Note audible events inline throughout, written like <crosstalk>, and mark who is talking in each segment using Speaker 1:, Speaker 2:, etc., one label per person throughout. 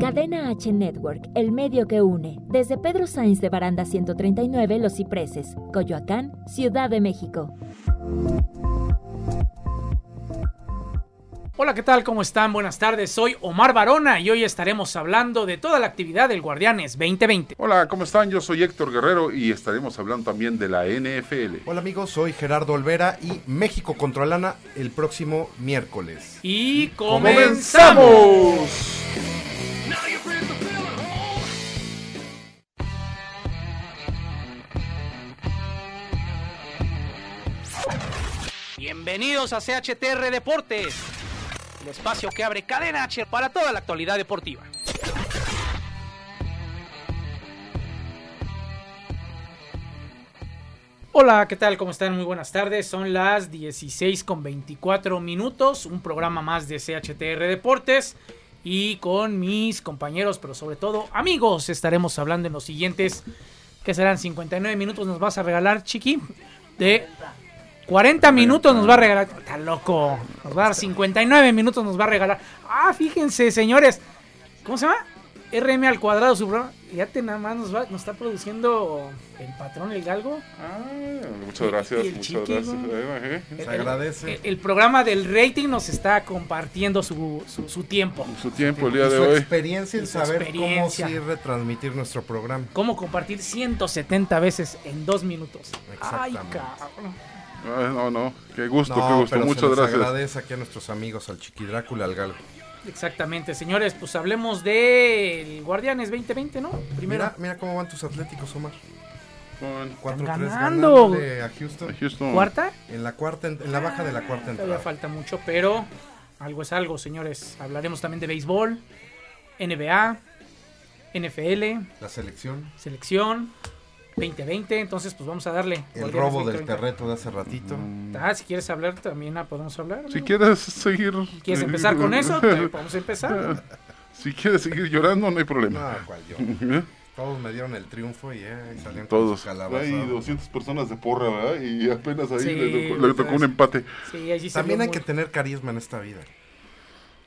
Speaker 1: Cadena H Network, el medio que une, desde Pedro Sainz de Baranda 139, Los Cipreses, Coyoacán, Ciudad de México.
Speaker 2: Hola, ¿qué tal? ¿Cómo están? Buenas tardes. Soy Omar Barona y hoy estaremos hablando de toda la actividad del Guardianes 2020.
Speaker 3: Hola, ¿cómo están? Yo soy Héctor Guerrero y estaremos hablando también de la NFL.
Speaker 4: Hola amigos, soy Gerardo Olvera y México contra Lana el próximo miércoles.
Speaker 2: Y comenzamos.
Speaker 3: ¡Comenzamos!
Speaker 2: Bienvenidos a CHTR Deportes, el espacio que abre Cadena H para toda la actualidad deportiva. Hola, ¿qué tal? ¿Cómo están? Muy buenas tardes. Son las 16 con 24 minutos, un programa más de CHTR Deportes. Y con mis compañeros, pero sobre todo amigos, estaremos hablando en los siguientes, que serán 59 minutos, nos vas a regalar, Chiqui, de 40 minutos nos va a regalar. Está loco. Nos va a dar 59 minutos, nos va a regalar. Ah, fíjense, señores. ¿Cómo se llama? RM al cuadrado, su programa. Ya te nada más nos, va, nos está produciendo el patrón, el galgo.
Speaker 3: Ah, muchas gracias,
Speaker 2: Y el
Speaker 3: muchas
Speaker 2: chiqui,
Speaker 3: gracias.
Speaker 2: ¿no?
Speaker 3: Eh, eh.
Speaker 4: Se
Speaker 2: El,
Speaker 4: agradece.
Speaker 2: el programa del rating nos está compartiendo su, su, su tiempo.
Speaker 3: Su tiempo el
Speaker 4: Y
Speaker 3: día de
Speaker 4: su
Speaker 3: hoy.
Speaker 4: experiencia en
Speaker 2: Y su
Speaker 4: saber
Speaker 2: experiencia.
Speaker 4: cómo sí retransmitir nuestro programa.
Speaker 2: ¿Cómo compartir 170 veces en dos minutos? Ay,
Speaker 4: Exactamente.
Speaker 2: cabrón.
Speaker 3: Ah, No, no, qué gusto,
Speaker 4: No,
Speaker 3: qué gusto,
Speaker 4: pero se
Speaker 3: Pues muchas
Speaker 4: les
Speaker 3: gracias.
Speaker 4: agradece aquí a nuestros amigos, al Chiqui Drácula, al Galgo.
Speaker 2: Exactamente, señores. Pues hablemos del Guardianes 2020, ¿no? Primero.
Speaker 4: Mira, mira cómo van tus atléticos, Omar.
Speaker 3: Con
Speaker 4: 4-3
Speaker 2: ganando.
Speaker 4: ganándole a Houston.
Speaker 3: Houston.
Speaker 2: ¿Cuarta?
Speaker 4: En la cuarta, en, en la baja de la cuarta
Speaker 2: Todavía
Speaker 4: entrada.
Speaker 2: falta mucho, pero algo es algo, señores. Hablaremos también de béisbol, NBA, NFL,
Speaker 4: La selección.
Speaker 2: selección 2020. Entonces, pues vamos a darle.
Speaker 4: El
Speaker 2: Guardianes
Speaker 4: robo del
Speaker 2: 2020.
Speaker 4: terreto de hace ratito.
Speaker 3: Mm.
Speaker 2: Ah, si quieres hablar, también ah, podemos hablar.
Speaker 3: Si
Speaker 2: ¿no?
Speaker 3: quieres seguir.
Speaker 2: ¿Quieres empezar con eso? Te- Podemos empezar.
Speaker 3: <laughs> si quieres seguir llorando, no hay problema.
Speaker 4: No, cual yo.
Speaker 3: <laughs> ¿Eh?
Speaker 4: Todos me dieron el triunfo y eh, salieron
Speaker 3: Todos.
Speaker 4: calabazas.
Speaker 3: Hay 200 personas de porra, ¿verdad? Y apenas ahí
Speaker 2: Sí, pues,
Speaker 3: le, tocó, le tocó
Speaker 2: entonces-
Speaker 3: un empate.
Speaker 2: Sí, ahí sí se
Speaker 4: También
Speaker 2: vio
Speaker 4: hay que
Speaker 2: muy-
Speaker 4: tener carisma en esta vida.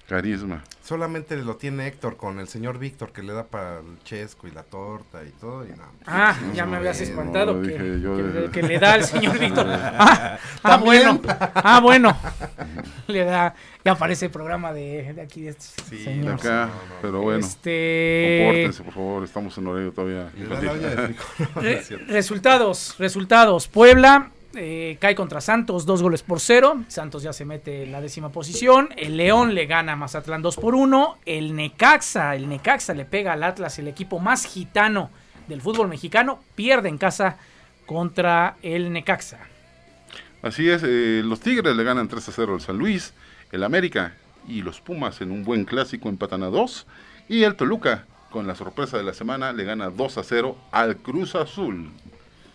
Speaker 3: Carisma.
Speaker 4: Solamente lo tiene Héctor con el señor Víctor que le da para el chesco y la torta y todo y nada.
Speaker 2: Ah, ya me habías
Speaker 4: No,
Speaker 2: espantado que,
Speaker 3: dije yo,
Speaker 2: que-
Speaker 3: dije.
Speaker 2: que le da
Speaker 3: <laughs>
Speaker 2: al señor Víctor. Ah, ah, bueno.
Speaker 4: ¿También?
Speaker 2: Ah, bueno. <laughs> Le da, ya aparece el programa de, de aquí de estos
Speaker 4: Sí,
Speaker 3: De
Speaker 2: señores.
Speaker 3: acá, pero bueno.
Speaker 2: Este.
Speaker 3: Compórtense, por favor, estamos en horario todavía.
Speaker 4: Le da la olla de frijol. No,
Speaker 2: <laughs>
Speaker 4: no
Speaker 2: Re-
Speaker 4: es cierto.
Speaker 2: resultados, resultados. Puebla eh, cae contra Santos, dos goles por cero. Santos ya se mete en la décima posición. El León le gana a Mazatlán 2 por 1. El Necaxa, el Necaxa le pega al Atlas, el equipo más gitano del fútbol mexicano. Pierde en casa contra el Necaxa.
Speaker 3: Así es, eh, los Tigres le ganan 3 a 0 al San Luis, el América y los Pumas en un buen clásico empatan a 2 y el Toluca con la sorpresa de la semana le gana 2 a 0 al Cruz Azul.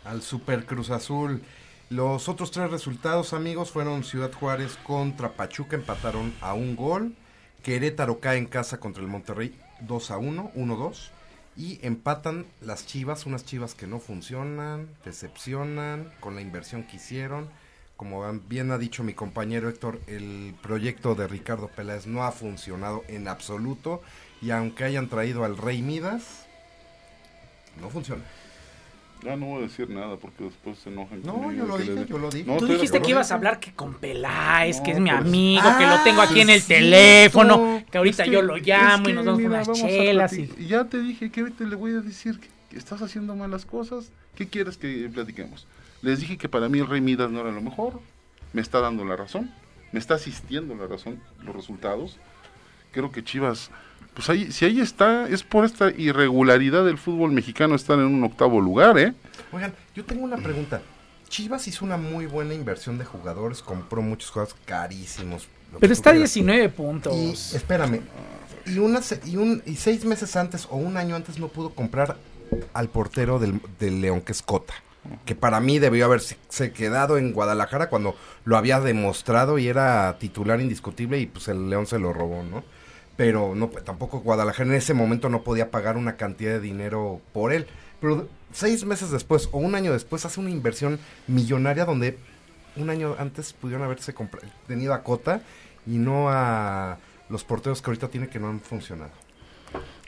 Speaker 4: Al Super Cruz Azul. Los otros tres resultados, amigos, fueron Ciudad Juárez contra Pachuca, empataron a un gol. Querétaro cae en casa contra el Monterrey 2 a 1, 1-2. Y empatan las chivas, unas chivas que no funcionan, decepcionan con la inversión que hicieron. Como han- bien ha dicho mi compañero Héctor, el proyecto de Ricardo Peláez no ha funcionado en absoluto. Y aunque hayan traído al Rey Midas, no funciona.
Speaker 3: Ya no voy a decir nada porque después se enojan.
Speaker 4: No,
Speaker 3: conmigo
Speaker 4: yo lo
Speaker 3: que
Speaker 4: dije,
Speaker 3: le-
Speaker 4: yo lo dije.
Speaker 3: No,
Speaker 2: Tú
Speaker 3: estoy de
Speaker 2: dijiste que
Speaker 3: acuerdo.
Speaker 2: ibas a hablar que con Peláez, que es mi
Speaker 3: No, pues, pero-
Speaker 2: amigo, que lo tengo aquí
Speaker 4: Ah,
Speaker 2: en el
Speaker 4: sí,
Speaker 2: <laughs> teléfono,
Speaker 4: cierto.
Speaker 2: que ahorita
Speaker 3: Oh, Es que-
Speaker 2: yo lo llamo
Speaker 3: es
Speaker 2: y
Speaker 3: que,
Speaker 2: nos damos
Speaker 3: mira,
Speaker 2: unas
Speaker 3: vamos a
Speaker 2: chelas. y-
Speaker 3: platicar. Ya te dije que ahorita le voy a decir que, que estás haciendo malas cosas. ¿Qué quieres que platiquemos? Les dije que para mí el Rey Midas no era lo mejor. Me está dando la razón. Me está asistiendo la razón, los resultados. Creo que Chivas, pues ahí, si ahí está, es por esta irregularidad del fútbol mexicano estar en un octavo lugar, ¿eh?
Speaker 4: Oigan, yo tengo una pregunta. Chivas hizo una muy buena inversión de jugadores, compró muchos jugadores carísimos. lo que
Speaker 2: Pero
Speaker 4: tú
Speaker 2: está
Speaker 4: quieras.
Speaker 2: 19
Speaker 4: Y
Speaker 2: puntos.
Speaker 4: espérame, y, una, se- y, un, y seis meses antes o un año antes no pudo comprar al portero del, del León, que es Cota. Que para mí debió haberse se quedado en Guadalajara cuando lo había demostrado y era titular indiscutible y pues el León se lo robó, ¿no? Pero no, pues, tampoco Guadalajara en ese momento no podía pagar una cantidad de dinero por él. Pero seis meses después o un año después hace una inversión millonaria donde un año antes pudieron haberse compra- tenido a Cota y no a los porteros que ahorita tiene que no han funcionado.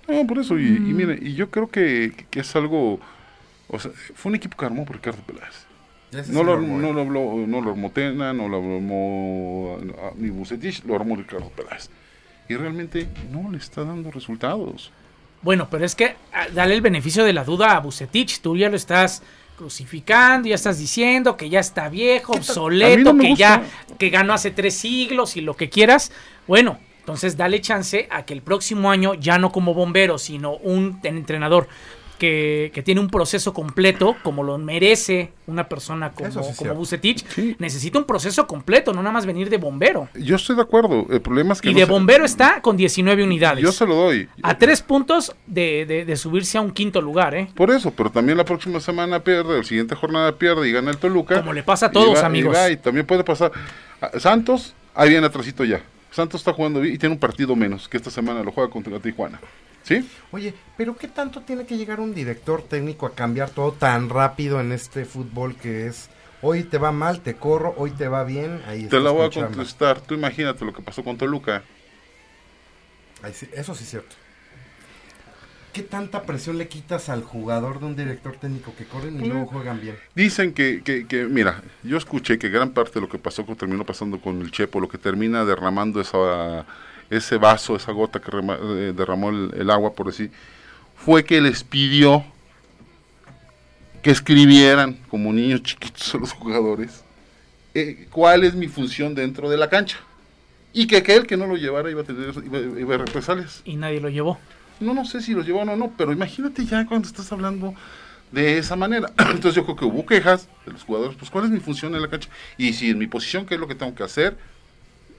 Speaker 3: No, por eso, y, y mire, y yo creo que, que es algo, o sea, fue un equipo que armó por Ricardo Peláez.
Speaker 4: Ese
Speaker 3: No
Speaker 4: sí
Speaker 3: lo,
Speaker 4: armó,
Speaker 3: no
Speaker 4: ¿eh?
Speaker 3: lo habló, no lo armó Tena, no lo armó ah, ni Bucetich, lo armó Ricardo Peláez. Y realmente no le está dando resultados.
Speaker 2: Bueno, pero es que ah, dale el beneficio de la duda a Bucetich. Tú ya lo estás crucificando, ya estás diciendo que ya está viejo,
Speaker 3: tal? A mí
Speaker 2: obsoleto,
Speaker 3: no me
Speaker 2: que
Speaker 3: gusta.
Speaker 2: ya que ganó hace tres siglos y lo que quieras. Bueno, entonces dale chance a que el próximo año, ya no como bombero, sino un ten- entrenador que, que tiene un proceso completo, como lo merece una persona como,
Speaker 4: Eso sí es
Speaker 2: como
Speaker 4: cierto.
Speaker 2: Bucetich,
Speaker 3: Sí.
Speaker 2: necesita un proceso completo, no nada más venir de bombero.
Speaker 3: Yo estoy de acuerdo, el problema es que...
Speaker 2: Y
Speaker 3: no
Speaker 2: de
Speaker 3: se-
Speaker 2: bombero está con 19 unidades.
Speaker 3: Yo se lo doy.
Speaker 2: A tres puntos de, de- de subirse a un quinto lugar, ¿eh?
Speaker 3: Por eso, pero también la próxima semana pierde, la siguiente jornada pierde y gana el Toluca.
Speaker 2: Como le pasa a todos,
Speaker 3: Y va- y
Speaker 2: amigos.
Speaker 3: va, Y, también puede pasar. a- Santos, ahí viene atrasito ya. Santos está jugando bien y tiene un partido menos, que esta semana lo juega contra Tijuana. ¿Sí?
Speaker 4: Oye, pero ¿qué tanto tiene que llegar un director técnico a cambiar todo tan rápido en este fútbol que es hoy te va mal, te corro, hoy te va bien? Ahí
Speaker 3: Te
Speaker 4: estás
Speaker 3: la voy a
Speaker 4: con chamba"?
Speaker 3: contestar. Tú imagínate lo que pasó con Toluca.
Speaker 4: Ahí sí, eso sí es cierto. ¿Qué tanta presión le quitas al jugador de un director técnico que corren y luego juegan bien?
Speaker 3: Dicen que, que, que, mira, yo escuché que gran parte de lo que pasó, que terminó pasando con el Chepo, lo que termina derramando esa, ese vaso, esa gota que rema- eh, derramó el, el agua, por decir, fue que les pidió que escribieran como niños chiquitos a los jugadores eh, cuál es mi función dentro de la cancha. Y que aquel que no lo llevara iba a tener iba, iba a represalias.
Speaker 2: Y nadie lo llevó.
Speaker 3: No, no sé si los llevaron o no, pero imagínate ya cuando estás hablando de esa manera. <clears throat> Entonces yo creo que hubo quejas de los jugadores, pues cuál es mi función en la cancha y si en mi posición qué es lo que tengo que hacer.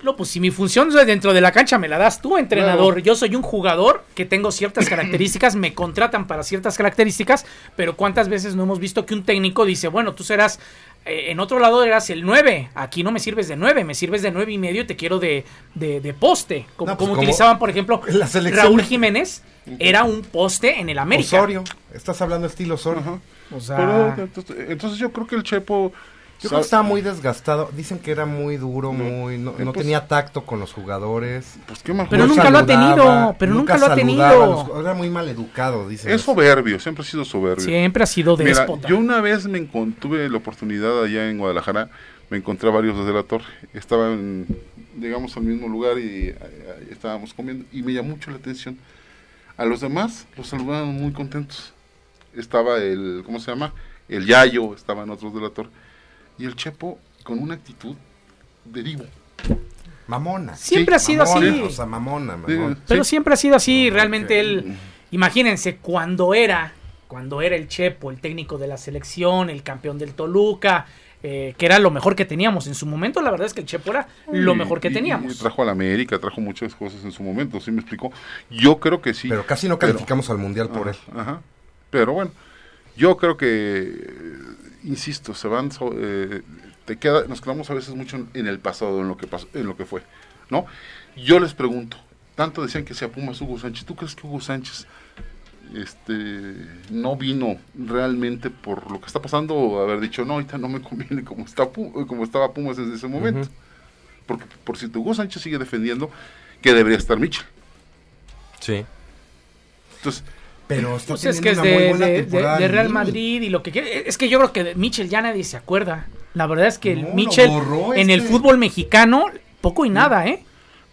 Speaker 2: No, pues si mi función es dentro de la cancha me la das tú, entrenador. Yo soy un jugador que tengo ciertas características, me contratan para ciertas características, pero ¿cuántas veces no hemos visto que un técnico dice, bueno, tú serás, eh, en otro lado eras el 9, aquí no me sirves de 9, me sirves de 9 y medio y te quiero de, de- de poste. Como,
Speaker 4: No, pues,
Speaker 2: como
Speaker 4: como
Speaker 2: utilizaban, por ejemplo,
Speaker 4: la selección.
Speaker 2: Raúl Jiménez era un poste en el América.
Speaker 4: Osorio, estás hablando estilo Osorio.
Speaker 2: O sea,
Speaker 3: Pero, entonces, entonces yo creo que el Chepo
Speaker 4: Yo creo
Speaker 3: sabe-
Speaker 4: que estaba muy desgastado. Dicen que era muy duro, muy no,
Speaker 3: Eh,
Speaker 4: no
Speaker 3: pues-
Speaker 4: tenía tacto con los jugadores.
Speaker 3: pues qué más
Speaker 2: Pero
Speaker 4: No
Speaker 3: jugador.
Speaker 2: nunca lo ha
Speaker 4: saludaba,
Speaker 2: tenido, pero nunca lo ha
Speaker 4: saludaba
Speaker 2: tenido.
Speaker 4: a los ju- era muy mal educado, dicen.
Speaker 3: es soberbio, siempre ha sido soberbio.
Speaker 2: siempre ha sido
Speaker 3: Mira,
Speaker 2: déspota.
Speaker 3: yo una vez me encon- tuve la oportunidad allá en Guadalajara, me encontré a varios desde la torre. Estaban, llegamos al mismo lugar y eh, eh, estábamos comiendo y me llamó mucho la atención. A los demás los saludaban muy contentos. Estaba el, ¿cómo se llama? El Yayo, estaban otros de la torre. Y el Chepo con una actitud de divo.
Speaker 4: Mamona.
Speaker 2: Siempre
Speaker 3: sí,
Speaker 2: ha sido
Speaker 4: Mamona,
Speaker 2: así.
Speaker 4: O sea, mm. mamona,
Speaker 3: Sí,
Speaker 4: mamona.
Speaker 2: Pero
Speaker 3: sí.
Speaker 2: siempre ha sido así,
Speaker 4: ok.
Speaker 2: realmente él, imagínense, cuando era, cuando era el Chepo, el técnico de la selección, el campeón del Toluca, eh, que era lo mejor que teníamos en su momento, la verdad es que el Chepo era lo
Speaker 3: Y-
Speaker 2: mejor que
Speaker 3: y- y
Speaker 2: teníamos.
Speaker 3: trajo a la América, trajo muchas cosas en su momento, ¿sí me explicó? Yo creo que sí.
Speaker 4: Pero casi no
Speaker 3: Pero- Ah.
Speaker 4: calificamos al mundial por él.
Speaker 3: Ajá, ajá. Pero bueno, yo creo que, eh, insisto, se van, so- eh, te queda, nos quedamos a veces mucho en, en el pasado, en lo que pasó, en lo que fue, ¿no? Yo les pregunto, tanto decían que se Pumas Hugo Sánchez, ¿tú crees que Hugo Sánchez este no vino realmente por lo que está pasando o haber dicho no ahorita no me conviene como está Pu- como estaba Pumas desde ese momento
Speaker 4: Ujú.
Speaker 3: porque por si Hugo Sánchez sigue defendiendo que debería estar Mitchell
Speaker 4: Sí.
Speaker 3: entonces
Speaker 4: Pero está
Speaker 2: Pues es que es
Speaker 4: teniendo una muy
Speaker 2: de,
Speaker 4: buena
Speaker 2: de- de-
Speaker 4: temporada
Speaker 2: de
Speaker 4: en
Speaker 2: Real
Speaker 4: Lille.
Speaker 2: Madrid y lo que quiere. Es que yo creo que de Mitchell ya nadie se acuerda. La verdad es que el
Speaker 4: No, lo
Speaker 2: Mitchell
Speaker 4: borró
Speaker 2: en el
Speaker 4: este.
Speaker 2: fútbol mexicano, poco y nada, ¿eh?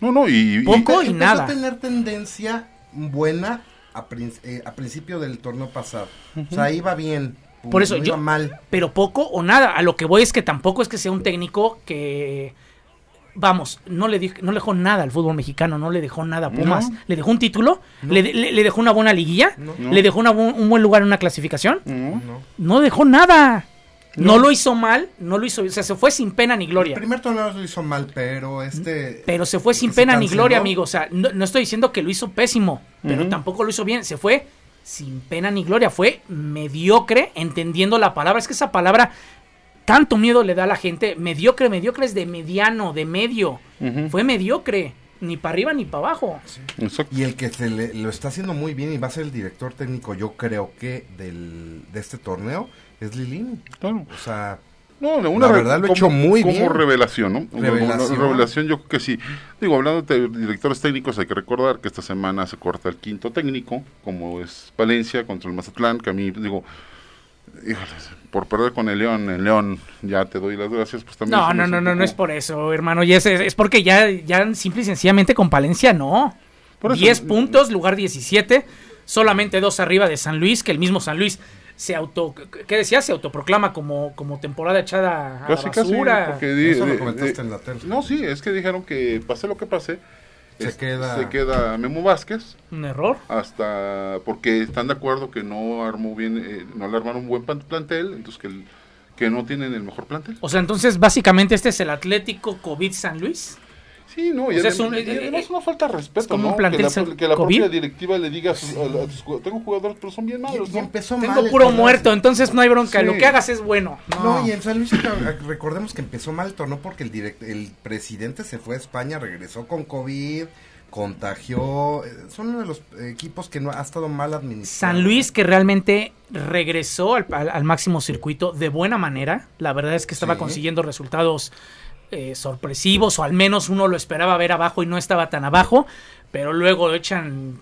Speaker 3: no no y, y-
Speaker 2: Poco
Speaker 4: Empe-
Speaker 2: y
Speaker 4: empezó
Speaker 2: nada.
Speaker 4: a tener tendencia buena a, prin- eh, a principio del torneo pasado. O sea, iba bien.
Speaker 2: Por eso
Speaker 4: no
Speaker 2: yo-
Speaker 4: iba mal.
Speaker 2: pero poco o nada. A lo que voy es que tampoco es que sea un técnico que. Vamos, no le, dij- no le dejó nada al fútbol mexicano, no le dejó nada a Pumas.
Speaker 3: No.
Speaker 2: Le dejó un título, le, de- le- le dejó una buena liguilla,
Speaker 4: No.
Speaker 3: No.
Speaker 2: le dejó una bu- un buen lugar en una clasificación.
Speaker 3: ¿no?
Speaker 4: No.
Speaker 2: No dejó nada. No.
Speaker 3: No.
Speaker 2: lo hizo mal, no lo hizo. O sea, se fue sin pena ni
Speaker 4: El
Speaker 2: gloria.
Speaker 4: primer torneo lo hizo mal, pero este.
Speaker 2: Pero se fue sin
Speaker 4: este
Speaker 2: pena ni
Speaker 4: canceló.
Speaker 2: gloria, amigo. O sea, no, no estoy diciendo que lo hizo pésimo, pero
Speaker 3: Ujú.
Speaker 2: tampoco lo hizo bien. Se fue sin pena ni gloria. Fue mediocre, entendiendo la palabra. Es que esa palabra tanto miedo le da a la gente. Mediocre, mediocre es de mediano, de medio.
Speaker 3: Ujú.
Speaker 2: Fue mediocre. Ni para arriba ni para abajo.
Speaker 3: Exacto.
Speaker 4: Y el que se le- lo está haciendo muy bien y va a ser el director técnico, yo creo que del, de este torneo, es Lilini.
Speaker 3: Claro.
Speaker 4: O sea,
Speaker 3: No, una
Speaker 4: La
Speaker 3: re-
Speaker 4: verdad lo he
Speaker 3: como-
Speaker 4: hecho muy
Speaker 3: como
Speaker 4: bien.
Speaker 3: revelación, ¿no? Una- una
Speaker 4: Revelación.
Speaker 3: revelación, yo creo que sí. Digo, hablando de directores técnicos, hay que recordar que esta semana se corta el quinto técnico, como es Valencia contra el Mazatlán, que a mí, digo, híjoles, por perder con el León, el León, ya te doy las gracias, pues también.
Speaker 2: No,
Speaker 3: se me
Speaker 2: no,
Speaker 3: hace
Speaker 2: no,
Speaker 3: un
Speaker 2: no, no
Speaker 3: poco-
Speaker 2: es por eso, hermano. Y es, es- es porque ya, ya simple y sencillamente con Palencia no.
Speaker 3: Por eso-
Speaker 2: 10 puntos, lugar 17. Solamente dos arriba de San Luis, que el mismo San Luis se auto. ¿Qué decía? Se autoproclama como, como temporada echada a
Speaker 3: Casi,
Speaker 2: la
Speaker 3: casi,
Speaker 2: basura.
Speaker 3: porque di-
Speaker 4: Eso
Speaker 3: di-
Speaker 4: lo comentaste
Speaker 3: di-
Speaker 4: en la tele.
Speaker 3: No, sí, es que dijeron que pase lo que pase,
Speaker 4: Se
Speaker 3: es-
Speaker 4: queda-
Speaker 3: se queda Memo Vázquez.
Speaker 2: Un error.
Speaker 3: hasta porque están de acuerdo que no armó bien, eh, no le armaron un buen pan- plantel, entonces que, el- que no tienen el mejor plantel.
Speaker 2: O sea, entonces básicamente este es el Atlético COVID San Luis.
Speaker 3: Sí, no, y,
Speaker 2: O sea,
Speaker 3: adem-
Speaker 2: es un- eh,
Speaker 3: y además es una falta de respeto,
Speaker 2: como
Speaker 3: ¿no?
Speaker 2: un plantel
Speaker 3: que la,
Speaker 2: sal-
Speaker 3: que la
Speaker 2: COVID.
Speaker 3: propia directiva le diga a sus- a la- a tus jugadores, tengo jugadores, pero son bien
Speaker 4: Y-
Speaker 3: malos,
Speaker 4: y
Speaker 3: ¿no?
Speaker 4: empezó mal
Speaker 2: Tengo
Speaker 4: el
Speaker 2: puro
Speaker 4: torneo.
Speaker 2: muerto, entonces no hay bronca.
Speaker 3: Sí.
Speaker 2: Lo que hagas es bueno. No,
Speaker 4: No, y en San Luis ca- recordemos que empezó mal el torneo porque el, direct- el presidente se fue a España, regresó con COVID, contagió. eh, Son uno de los equipos que no ha estado mal administrado.
Speaker 2: San Luis que realmente regresó al, al- al máximo circuito de buena manera. La verdad es que estaba
Speaker 4: Sí.
Speaker 2: consiguiendo resultados eh, sorpresivos o al menos uno lo esperaba ver abajo y no estaba tan abajo. Pero luego lo echan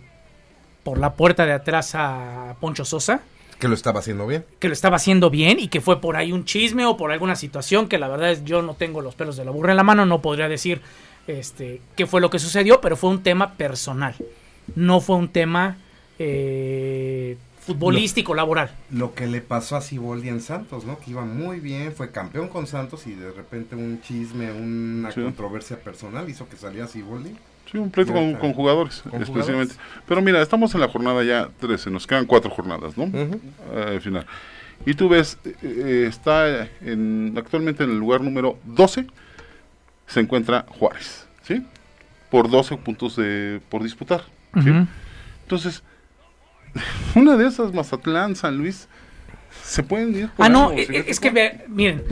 Speaker 2: por la puerta de atrás a Poncho Sosa,
Speaker 4: Que lo estaba haciendo bien.
Speaker 2: que lo estaba haciendo bien y que fue por ahí un chisme o por alguna situación que la verdad es yo no tengo los pelos de la burra en la mano, no podría decir este qué fue lo que sucedió, pero fue un tema personal, no fue un tema eh, futbolístico, laboral.
Speaker 4: Lo que le pasó a Siboldi en Santos, ¿no? Que iba muy bien, fue campeón con Santos y de repente un chisme, una
Speaker 3: Sí.
Speaker 4: controversia personal hizo que saliera Siboldi.
Speaker 3: Sí, un pleito con,
Speaker 4: Ya está.
Speaker 3: con jugadores,
Speaker 4: Con
Speaker 3: especialmente. Pero mira, estamos en la jornada ya 13, nos quedan cuatro jornadas, ¿no? Ah, Al final. Y tú ves, eh, eh, está en, actualmente en el lugar número 12, se encuentra Juárez, ¿sí? Por 12 puntos de, por disputar. ¿sí?
Speaker 2: Ujú.
Speaker 3: Entonces, <laughs> una de esas, Mazatlán, San Luis, se pueden ir.
Speaker 2: Ah, no,
Speaker 3: algo,
Speaker 2: eh,
Speaker 3: ¿sí?
Speaker 2: eh, es que ve- miren,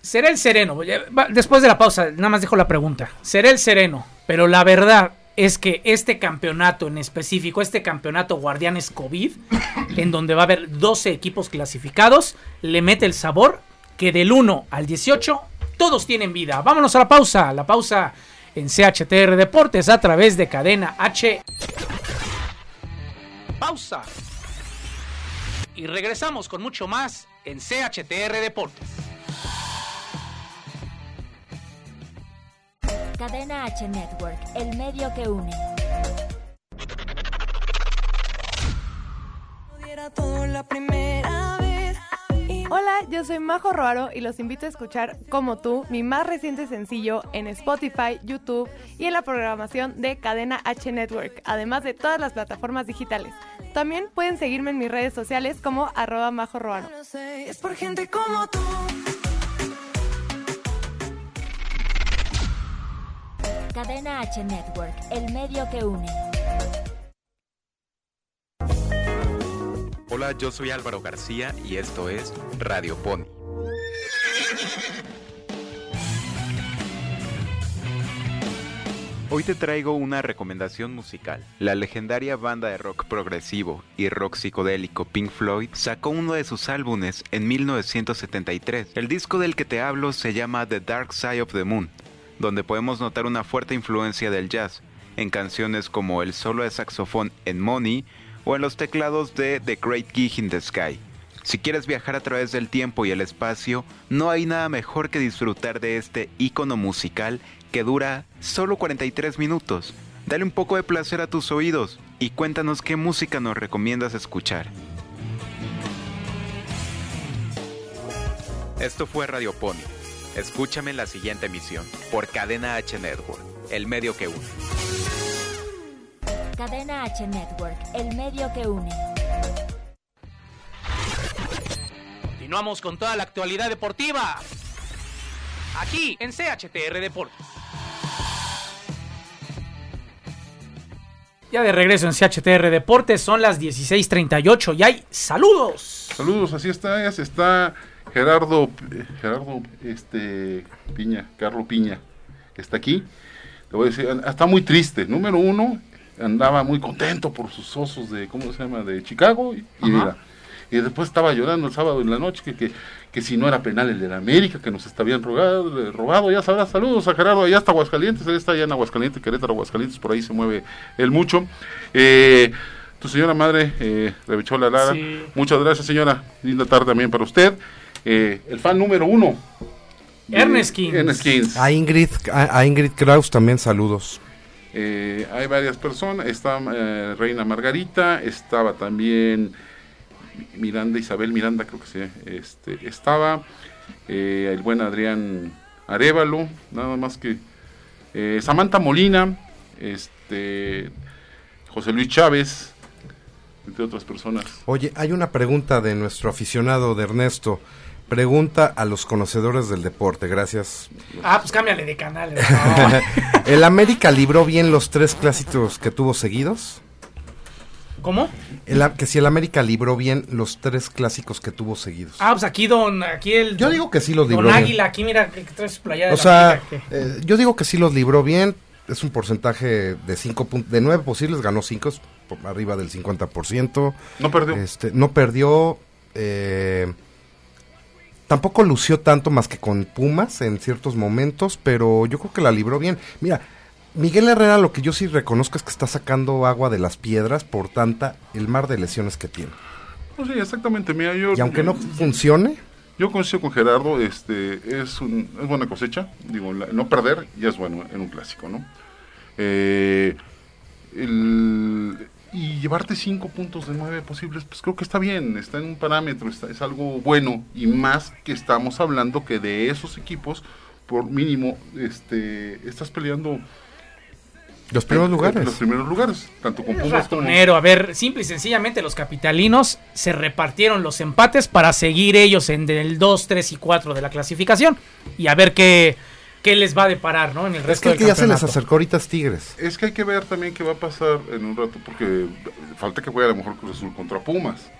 Speaker 2: será el sereno. ya va- Después de la pausa, nada más dejo la pregunta. Será el sereno, pero la verdad es que este campeonato en específico, este campeonato Guardianes COVID, en donde va a haber 12 equipos clasificados, le mete el sabor que del 1 al 18 todos tienen vida. Vámonos a la pausa, la pausa en CHTR Deportes a través de cadena H. Pausa y regresamos con mucho más en CHTR Deportes.
Speaker 1: Cadena H Network, el medio que une.
Speaker 5: diera todo la primera vez.
Speaker 6: Hola, yo soy Majo Roaro y los invito a escuchar Como tú, mi más reciente sencillo en Spotify, YouTube y en la programación de Cadena H Network, además de todas las plataformas digitales. También pueden seguirme en mis redes sociales como arroba Majo Roaro.
Speaker 5: No sé, es por gente como tú.
Speaker 1: Cadena H Network, el medio que une.
Speaker 7: Hola, yo soy Álvaro García y esto es Radio Pony. Hoy te traigo una recomendación musical. La legendaria banda de rock progresivo y rock psicodélico Pink Floyd sacó uno de sus álbumes en 1973. El disco del que te hablo se llama The Dark Side of the Moon, donde podemos notar una fuerte influencia del jazz, en canciones como el solo de saxofón en Money o en los teclados de The Great Gig in the Sky. Si quieres viajar a través del tiempo y el espacio, no hay nada mejor que disfrutar de este ícono musical que dura solo 43 minutos. Dale un poco de placer a tus oídos y cuéntanos qué música nos recomiendas escuchar. Esto fue Radio Pony. Escúchame en la siguiente emisión por Cadena H Network, el medio que une.
Speaker 1: Cadena H Network, el medio que une.
Speaker 2: Continuamos con toda la actualidad deportiva. Aquí en CHTR Deportes. Ya de regreso en CHTR Deportes, son las 16:38 y hay saludos.
Speaker 3: Saludos, así está, ya se está Gerardo, eh, Gerardo, este, Piña, Carlos Piña, está aquí. Te voy a decir, an- está muy triste. Número uno, andaba muy contento por sus osos de, ¿cómo se llama?, de Chicago. Y, y
Speaker 2: Ajá.
Speaker 3: mira, Y después estaba llorando el sábado en la noche que, que, que si no era penal el de la América, que nos está habían rogado, eh, robado, ya sabrás, saludos a Gerardo, allá hasta Aguascalientes, él está allá en Aguascalientes, Querétaro, Aguascalientes, por ahí se mueve él mucho. Eh, tu señora madre, eh, Rebichola Lara,
Speaker 8: Sí.
Speaker 3: muchas gracias señora, linda tarde también para usted. Eh, el fan número uno. de
Speaker 8: Ernest Kings.
Speaker 3: Ernest Kings.
Speaker 4: A Ingrid, a, a Ingrid Kraus también saludos.
Speaker 3: Eh, hay varias personas. Está eh, Reina Margarita, estaba también Miranda, Isabel Miranda, creo que sí. Este, estaba eh, el buen Adrián Arevalo, nada más que eh, Samantha Molina, este, José Luis Chávez, entre otras personas.
Speaker 4: Oye, hay una pregunta de nuestro aficionado de Ernesto. Pregunta a los conocedores del deporte, gracias.
Speaker 8: Ah, pues cámbiale de canal.
Speaker 4: <laughs>
Speaker 8: ¿no?
Speaker 4: ¿El América libró bien los tres clásicos que tuvo seguidos?
Speaker 8: ¿Cómo?
Speaker 4: El a- que si el América libró bien los tres clásicos que tuvo seguidos.
Speaker 8: Ah, pues aquí don, aquí el
Speaker 4: Yo digo que sí los libró
Speaker 8: Don
Speaker 4: bien.
Speaker 8: Águila, aquí mira que traes playada.
Speaker 4: O
Speaker 8: de
Speaker 4: sea,
Speaker 8: la América, que-
Speaker 4: eh, yo digo que sí los libró bien. Es un porcentaje de cinco pun- de 9 posibles, ganó 5, arriba del 50%.
Speaker 3: No perdió.
Speaker 4: Este, no perdió. eh, tampoco lució tanto más que con Pumas en ciertos momentos, pero yo creo que la libró bien. Mira, Miguel Herrera lo que yo sí reconozco es que está sacando agua de las piedras por tanta el mar de lesiones que tiene.
Speaker 3: Pues sí, exactamente. Mira, yo,
Speaker 4: Y aunque no funcione,
Speaker 3: Yo coincido con Gerardo, este, es, un- es buena cosecha, digo, la- no perder ya es bueno en un clásico, ¿no? Eh, el- y llevarte cinco puntos de nueve posibles, pues creo que está bien, está en un parámetro, está- es algo bueno, y más que estamos hablando que de esos equipos, por mínimo, este, estás peleando
Speaker 4: los primeros
Speaker 3: en- en
Speaker 4: lugares.
Speaker 3: los primeros lugares, tanto con
Speaker 8: Es
Speaker 3: Pumas como...
Speaker 8: ratonero, a ver, simple y sencillamente los capitalinos se repartieron los empates para seguir ellos en el 2, 3 y 4 de la clasificación y a ver qué, qué les va a deparar, ¿no? En el resto
Speaker 4: Es que el
Speaker 8: del
Speaker 4: que ya se les
Speaker 8: campeonato.
Speaker 4: acercó ahorita es Tigres.
Speaker 3: Es que hay que ver también qué va a pasar en un rato, porque falta que juegue a lo mejor Cruz Azul contra Pumas.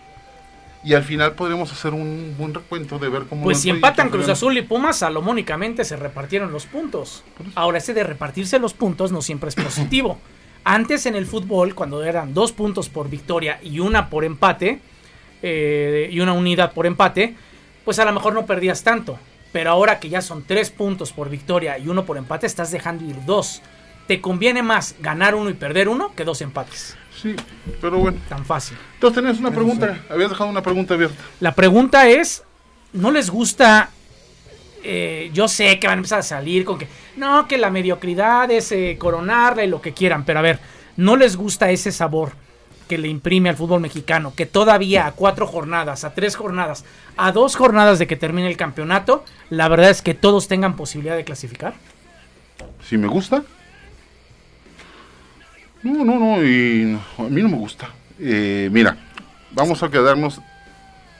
Speaker 3: Y al final podríamos hacer un buen recuento de ver cómo...
Speaker 8: Pues
Speaker 3: van
Speaker 8: si empatan
Speaker 3: proyectos,
Speaker 8: Cruz
Speaker 3: vean.
Speaker 8: Azul y Pumas, salomónicamente se repartieron los puntos. Ahora, ese de repartirse los puntos no siempre es positivo. Antes en el fútbol, cuando eran dos puntos por victoria y una por empate, eh, y una unidad por empate, pues a lo mejor no perdías tanto. Pero ahora que ya son tres puntos por victoria y uno por empate, estás dejando ir dos. Te conviene más ganar uno y perder uno que dos empates.
Speaker 3: Sí, pero bueno.
Speaker 8: Tan fácil.
Speaker 3: Entonces tenías una pregunta, habías dejado una pregunta abierta.
Speaker 8: La pregunta es, ¿no les gusta? eh, yo sé que van a empezar a salir con que, no, que la mediocridad es eh, coronarla y lo que quieran, pero a ver, ¿no les gusta ese sabor que le imprime al fútbol mexicano? Que todavía a cuatro jornadas, a tres jornadas, a dos jornadas de que termine el campeonato, la verdad es que todos tengan posibilidad de clasificar.
Speaker 3: Si me gusta. No, no, no, y no, a mí no me gusta. Eh, mira, vamos a quedarnos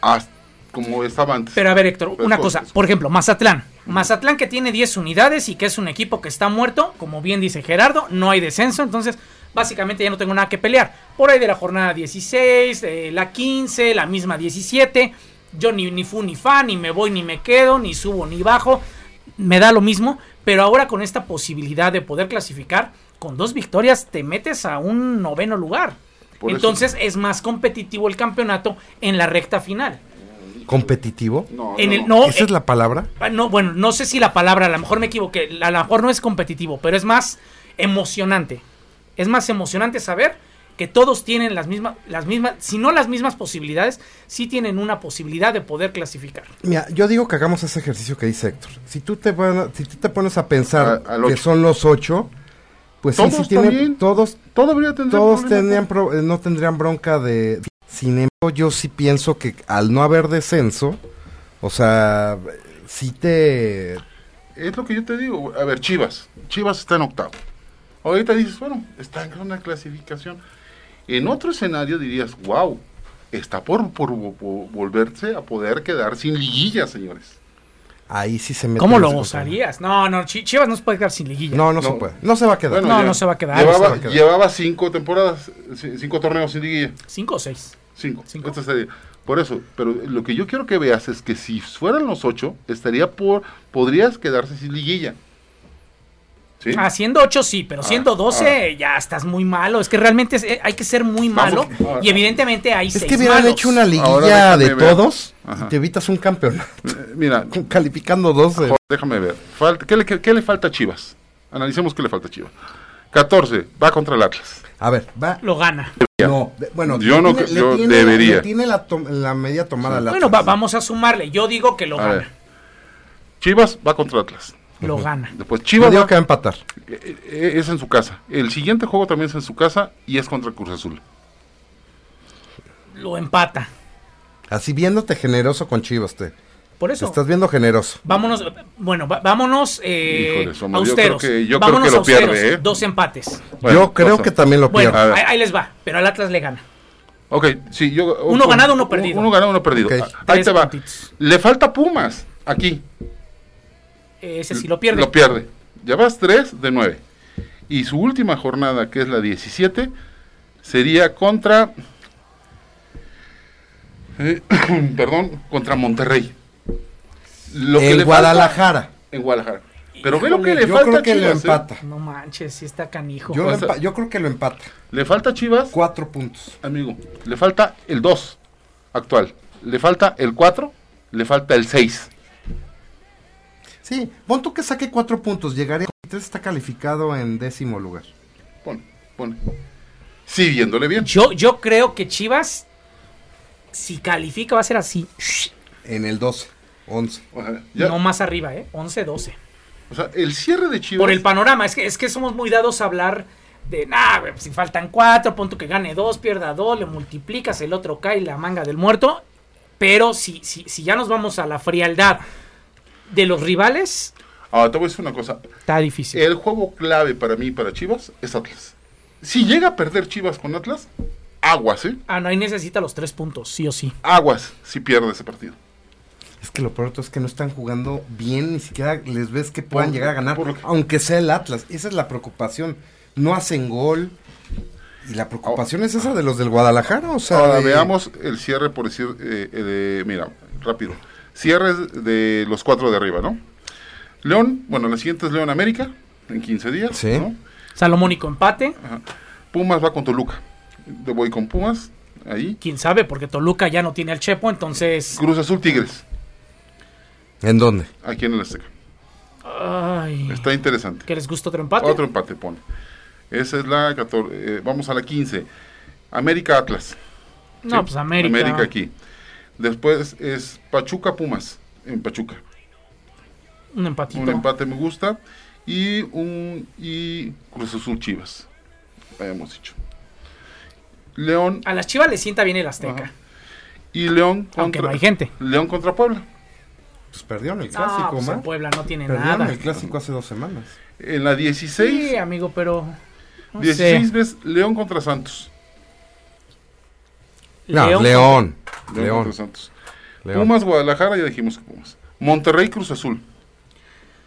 Speaker 3: hasta como estaba antes.
Speaker 8: Pero a ver, Héctor,
Speaker 3: Pero
Speaker 8: una
Speaker 3: es
Speaker 8: cosa.
Speaker 3: cosa.
Speaker 8: Por ejemplo, Mazatlán. Mazatlán que tiene 10 unidades y que es un equipo que está muerto. Como bien dice Gerardo, no hay descenso. Entonces, básicamente ya no tengo nada que pelear. Por ahí de la jornada 16, eh, la 15, la misma 17. Yo ni, ni fu ni fa, ni me voy ni me quedo, ni subo ni bajo. Me da lo mismo. Pero ahora con esta posibilidad de poder clasificar, con dos victorias te metes a un noveno lugar.
Speaker 3: Por eso-
Speaker 8: Entonces es más competitivo el campeonato en la recta final.
Speaker 4: ¿Competitivo?
Speaker 3: No,
Speaker 8: En
Speaker 3: no,
Speaker 8: el,
Speaker 3: no.
Speaker 8: no,
Speaker 4: ¿Esa es la palabra?
Speaker 8: Ah, No, bueno, no sé si la palabra, a lo mejor me equivoqué, a lo mejor no es competitivo, pero es más emocionante. Es más emocionante saber que todos tienen las mismas, las mismas, si no las mismas posibilidades, sí tienen una posibilidad de poder clasificar.
Speaker 4: Mira, yo digo que hagamos ese ejercicio que dice Héctor. Si tú te, van a- si tú te pones a pensar
Speaker 3: A- al
Speaker 4: que
Speaker 3: ocho.
Speaker 4: son los ocho, pues sí,
Speaker 3: Todos
Speaker 4: sí tienen-
Speaker 3: también.
Speaker 4: todos,
Speaker 3: Todo debería tener
Speaker 4: todos
Speaker 3: problema.
Speaker 4: tendrían pro- eh, no tendrían bronca de... Sin embargo, yo sí pienso que al no haber descenso, o sea, sí te...
Speaker 3: Es lo que yo te digo. A ver, Chivas. Chivas está en octavo. Ahorita dices, bueno, está en una clasificación. En otro escenario dirías, wow, está por, por vo- vo- volverse a poder quedar sin liguilla, señores.
Speaker 4: Ahí sí se mete...
Speaker 8: ¿Cómo
Speaker 4: en
Speaker 8: lo
Speaker 4: ese
Speaker 8: gozarías? No, no, Chi- Chivas no se puede quedar sin liguilla.
Speaker 4: control. No, no,
Speaker 3: No.
Speaker 4: se puede. No se va a quedar.
Speaker 8: No,
Speaker 3: ya-
Speaker 8: no se va a quedar,
Speaker 4: no se va
Speaker 3: Llevaba,
Speaker 4: a quedar.
Speaker 3: llevaba cinco temporadas, c- cinco torneos sin liguilla.
Speaker 8: Cinco o seis.
Speaker 3: Cinco.
Speaker 8: Cinco.
Speaker 3: Esta serie. Por eso, pero lo que yo quiero que veas es que si fueran los ocho, estaría por, podrías quedarse sin liguilla. ¿Sí?
Speaker 8: Ah, siendo 8 sí, pero
Speaker 3: Ah,
Speaker 8: siendo 12 ya estás muy malo. Es que realmente es- eh, hay que ser muy malo.
Speaker 3: Vamos, Ah. ahora.
Speaker 8: y evidentemente hay
Speaker 4: Es
Speaker 8: seis
Speaker 4: que hubieran
Speaker 8: malos.
Speaker 4: hecho una liguilla
Speaker 3: Ahora déjame
Speaker 4: de
Speaker 3: ver.
Speaker 4: todos
Speaker 3: Ajá.
Speaker 4: y te evitas un campeonato. <laughs>
Speaker 3: Eh, Mira,
Speaker 4: Calificando 12.
Speaker 3: Jorge, Este, déjame ver. Falta- ¿qué, le, qué- qué le falta a Chivas? Analicemos qué le falta a Chivas. 14, va contra el Atlas.
Speaker 4: A ver, va.
Speaker 8: Lo gana.
Speaker 4: No, de- bueno,
Speaker 3: Yo no cre- yo
Speaker 4: la-
Speaker 3: debería.
Speaker 4: le tiene la, tom- la media tomada al
Speaker 8: Bueno, va-
Speaker 4: Atlas.
Speaker 8: vamos a sumarle. Yo digo que lo
Speaker 3: A ver.
Speaker 8: gana.
Speaker 3: Chivas va contra Atlas.
Speaker 8: Lo gana.
Speaker 3: Después
Speaker 4: Yo
Speaker 3: Chivas
Speaker 4: digo
Speaker 3: va-
Speaker 4: que va a empatar.
Speaker 3: eh, eh, es en su casa. El siguiente juego también es en su casa y es contra Cruz Azul.
Speaker 8: Lo empata.
Speaker 4: Así viéndote generoso con Chivas, te,
Speaker 8: Por
Speaker 4: te
Speaker 8: eso.
Speaker 4: estás viendo generoso.
Speaker 8: Vámonos, bueno, va- vámonos eh,
Speaker 3: Híjole, Somo, yo creo
Speaker 8: austeros.
Speaker 3: que- yo creo
Speaker 8: vámonos
Speaker 3: que lo
Speaker 8: austeros.
Speaker 3: pierde, ¿eh?
Speaker 8: Dos empates.
Speaker 3: Bueno,
Speaker 4: Yo creo
Speaker 3: pasa.
Speaker 4: que también lo
Speaker 8: Bueno,
Speaker 4: pierdo.
Speaker 3: A ver.
Speaker 8: ahí, ahí les va, pero al Atlas le gana.
Speaker 3: Ok, sí, yo.
Speaker 8: Uno ganado, uno perdido.
Speaker 3: Uno ganado, uno perdido.
Speaker 4: Ok.
Speaker 3: Ah, Ahí
Speaker 8: Tres
Speaker 3: te va.
Speaker 8: puntitos.
Speaker 3: Le falta Pumas. Aquí.
Speaker 8: Ese sí lo pierde.
Speaker 3: Lo pierde. Ya vas 3 de 9. Y su última jornada, que es la 17, sería contra. eh, <clears throat> perdón, contra Monterrey. Lo que le
Speaker 4: En
Speaker 3: falta-
Speaker 4: Guadalajara.
Speaker 3: en Guadalajara. Pero ve lo que le
Speaker 4: Yo
Speaker 3: falta
Speaker 4: creo
Speaker 3: a
Speaker 4: que lo
Speaker 3: Chivas. ¿eh?
Speaker 4: empata.
Speaker 8: No manches, sí está canijo.
Speaker 4: Yo, lo
Speaker 3: O sea-
Speaker 4: empa- yo creo que lo empata.
Speaker 3: Le falta a Chivas,
Speaker 4: Cuatro puntos.
Speaker 3: amigo. Le falta el 2 actual. Le falta el 4. Le falta el 6.
Speaker 4: Sí, pon tú que saque cuatro puntos. Llegaría. Entonces está calificado en décimo lugar.
Speaker 3: Pone, pone. Sí, viéndole bien.
Speaker 8: Yo, yo creo que Chivas, si califica, va a ser así.
Speaker 4: En el 12, 11.
Speaker 3: O sea, ya-
Speaker 8: No más arriba, ¿eh? 11-12.
Speaker 3: o sea, el cierre de Chivas.
Speaker 8: Por el panorama, es que, es que somos muy dados a hablar de, nah, güey, si faltan cuatro, punto que gane dos, pierda dos, le multiplicas, el otro cae, la manga del muerto. Pero si, si, si ya nos vamos a la frialdad de los rivales,
Speaker 3: Ahora Ah, te voy a decir una cosa.
Speaker 8: está difícil.
Speaker 3: El juego clave para mí y para Chivas es Atlas. Si llega a perder Chivas con Atlas, aguas, ¿eh?
Speaker 8: Ah, no, ahí necesita los tres puntos, sí o sí.
Speaker 3: Aguas si pierde ese partido.
Speaker 4: Es que lo peor de todo es que no están jugando bien, ni siquiera les ves que puedan
Speaker 3: Por-
Speaker 4: llegar a ganar,
Speaker 3: por lo que-
Speaker 4: aunque sea el Atlas. Esa es la preocupación. No hacen gol. Y la preocupación es esa de los del Guadalajara, o sea,
Speaker 3: Ahora
Speaker 4: de-
Speaker 3: veamos el cierre por decir, eh, eh, de- mira, rápido. Cierres de los cuatro de arriba, ¿no? León, bueno, la siguiente es León América, en 15 días.
Speaker 4: Sí.
Speaker 3: ¿no?
Speaker 8: Salomónico empate,
Speaker 3: Pumas va con Toluca. Te Voy con Pumas, ahí.
Speaker 8: quién sabe, porque Toluca ya no tiene al Chepo, entonces...
Speaker 3: Cruz Azul Tigres,
Speaker 4: ¿En dónde?
Speaker 3: aquí en el Azteca.
Speaker 8: Ay,
Speaker 3: Está interesante.
Speaker 8: ¿Que les gusta otro empate?
Speaker 3: Otro empate pone. Esa es la 14. eh, vamos a la 15. América Atlas.
Speaker 8: No,
Speaker 3: ¿sí?
Speaker 8: pues América.
Speaker 3: América aquí. Después es Pachuca Pumas. En Pachuca.
Speaker 8: Un empatito.
Speaker 3: Un empate me gusta. Y un y Cruz Azul Chivas. Habíamos dicho. León
Speaker 8: A las Chivas les sienta bien el Azteca.
Speaker 3: Ajá. y León contra.
Speaker 8: Aunque no hay gente.
Speaker 3: León contra Puebla.
Speaker 4: Pues perdieron
Speaker 2: Ah,
Speaker 4: el
Speaker 8: No,
Speaker 4: clásico,
Speaker 8: pues
Speaker 4: ma.
Speaker 8: en Puebla no tiene
Speaker 4: Perdieron
Speaker 8: nada.
Speaker 4: el clásico hace dos semanas.
Speaker 3: En la 16.
Speaker 8: Sí, amigo, pero. No
Speaker 3: 16
Speaker 8: sé.
Speaker 3: ves León contra Santos.
Speaker 4: No,
Speaker 8: León.
Speaker 4: León.
Speaker 3: León,
Speaker 4: León.
Speaker 3: contra Santos.
Speaker 4: León.
Speaker 3: Pumas Guadalajara, ya dijimos que Pumas. Monterrey Cruz Azul.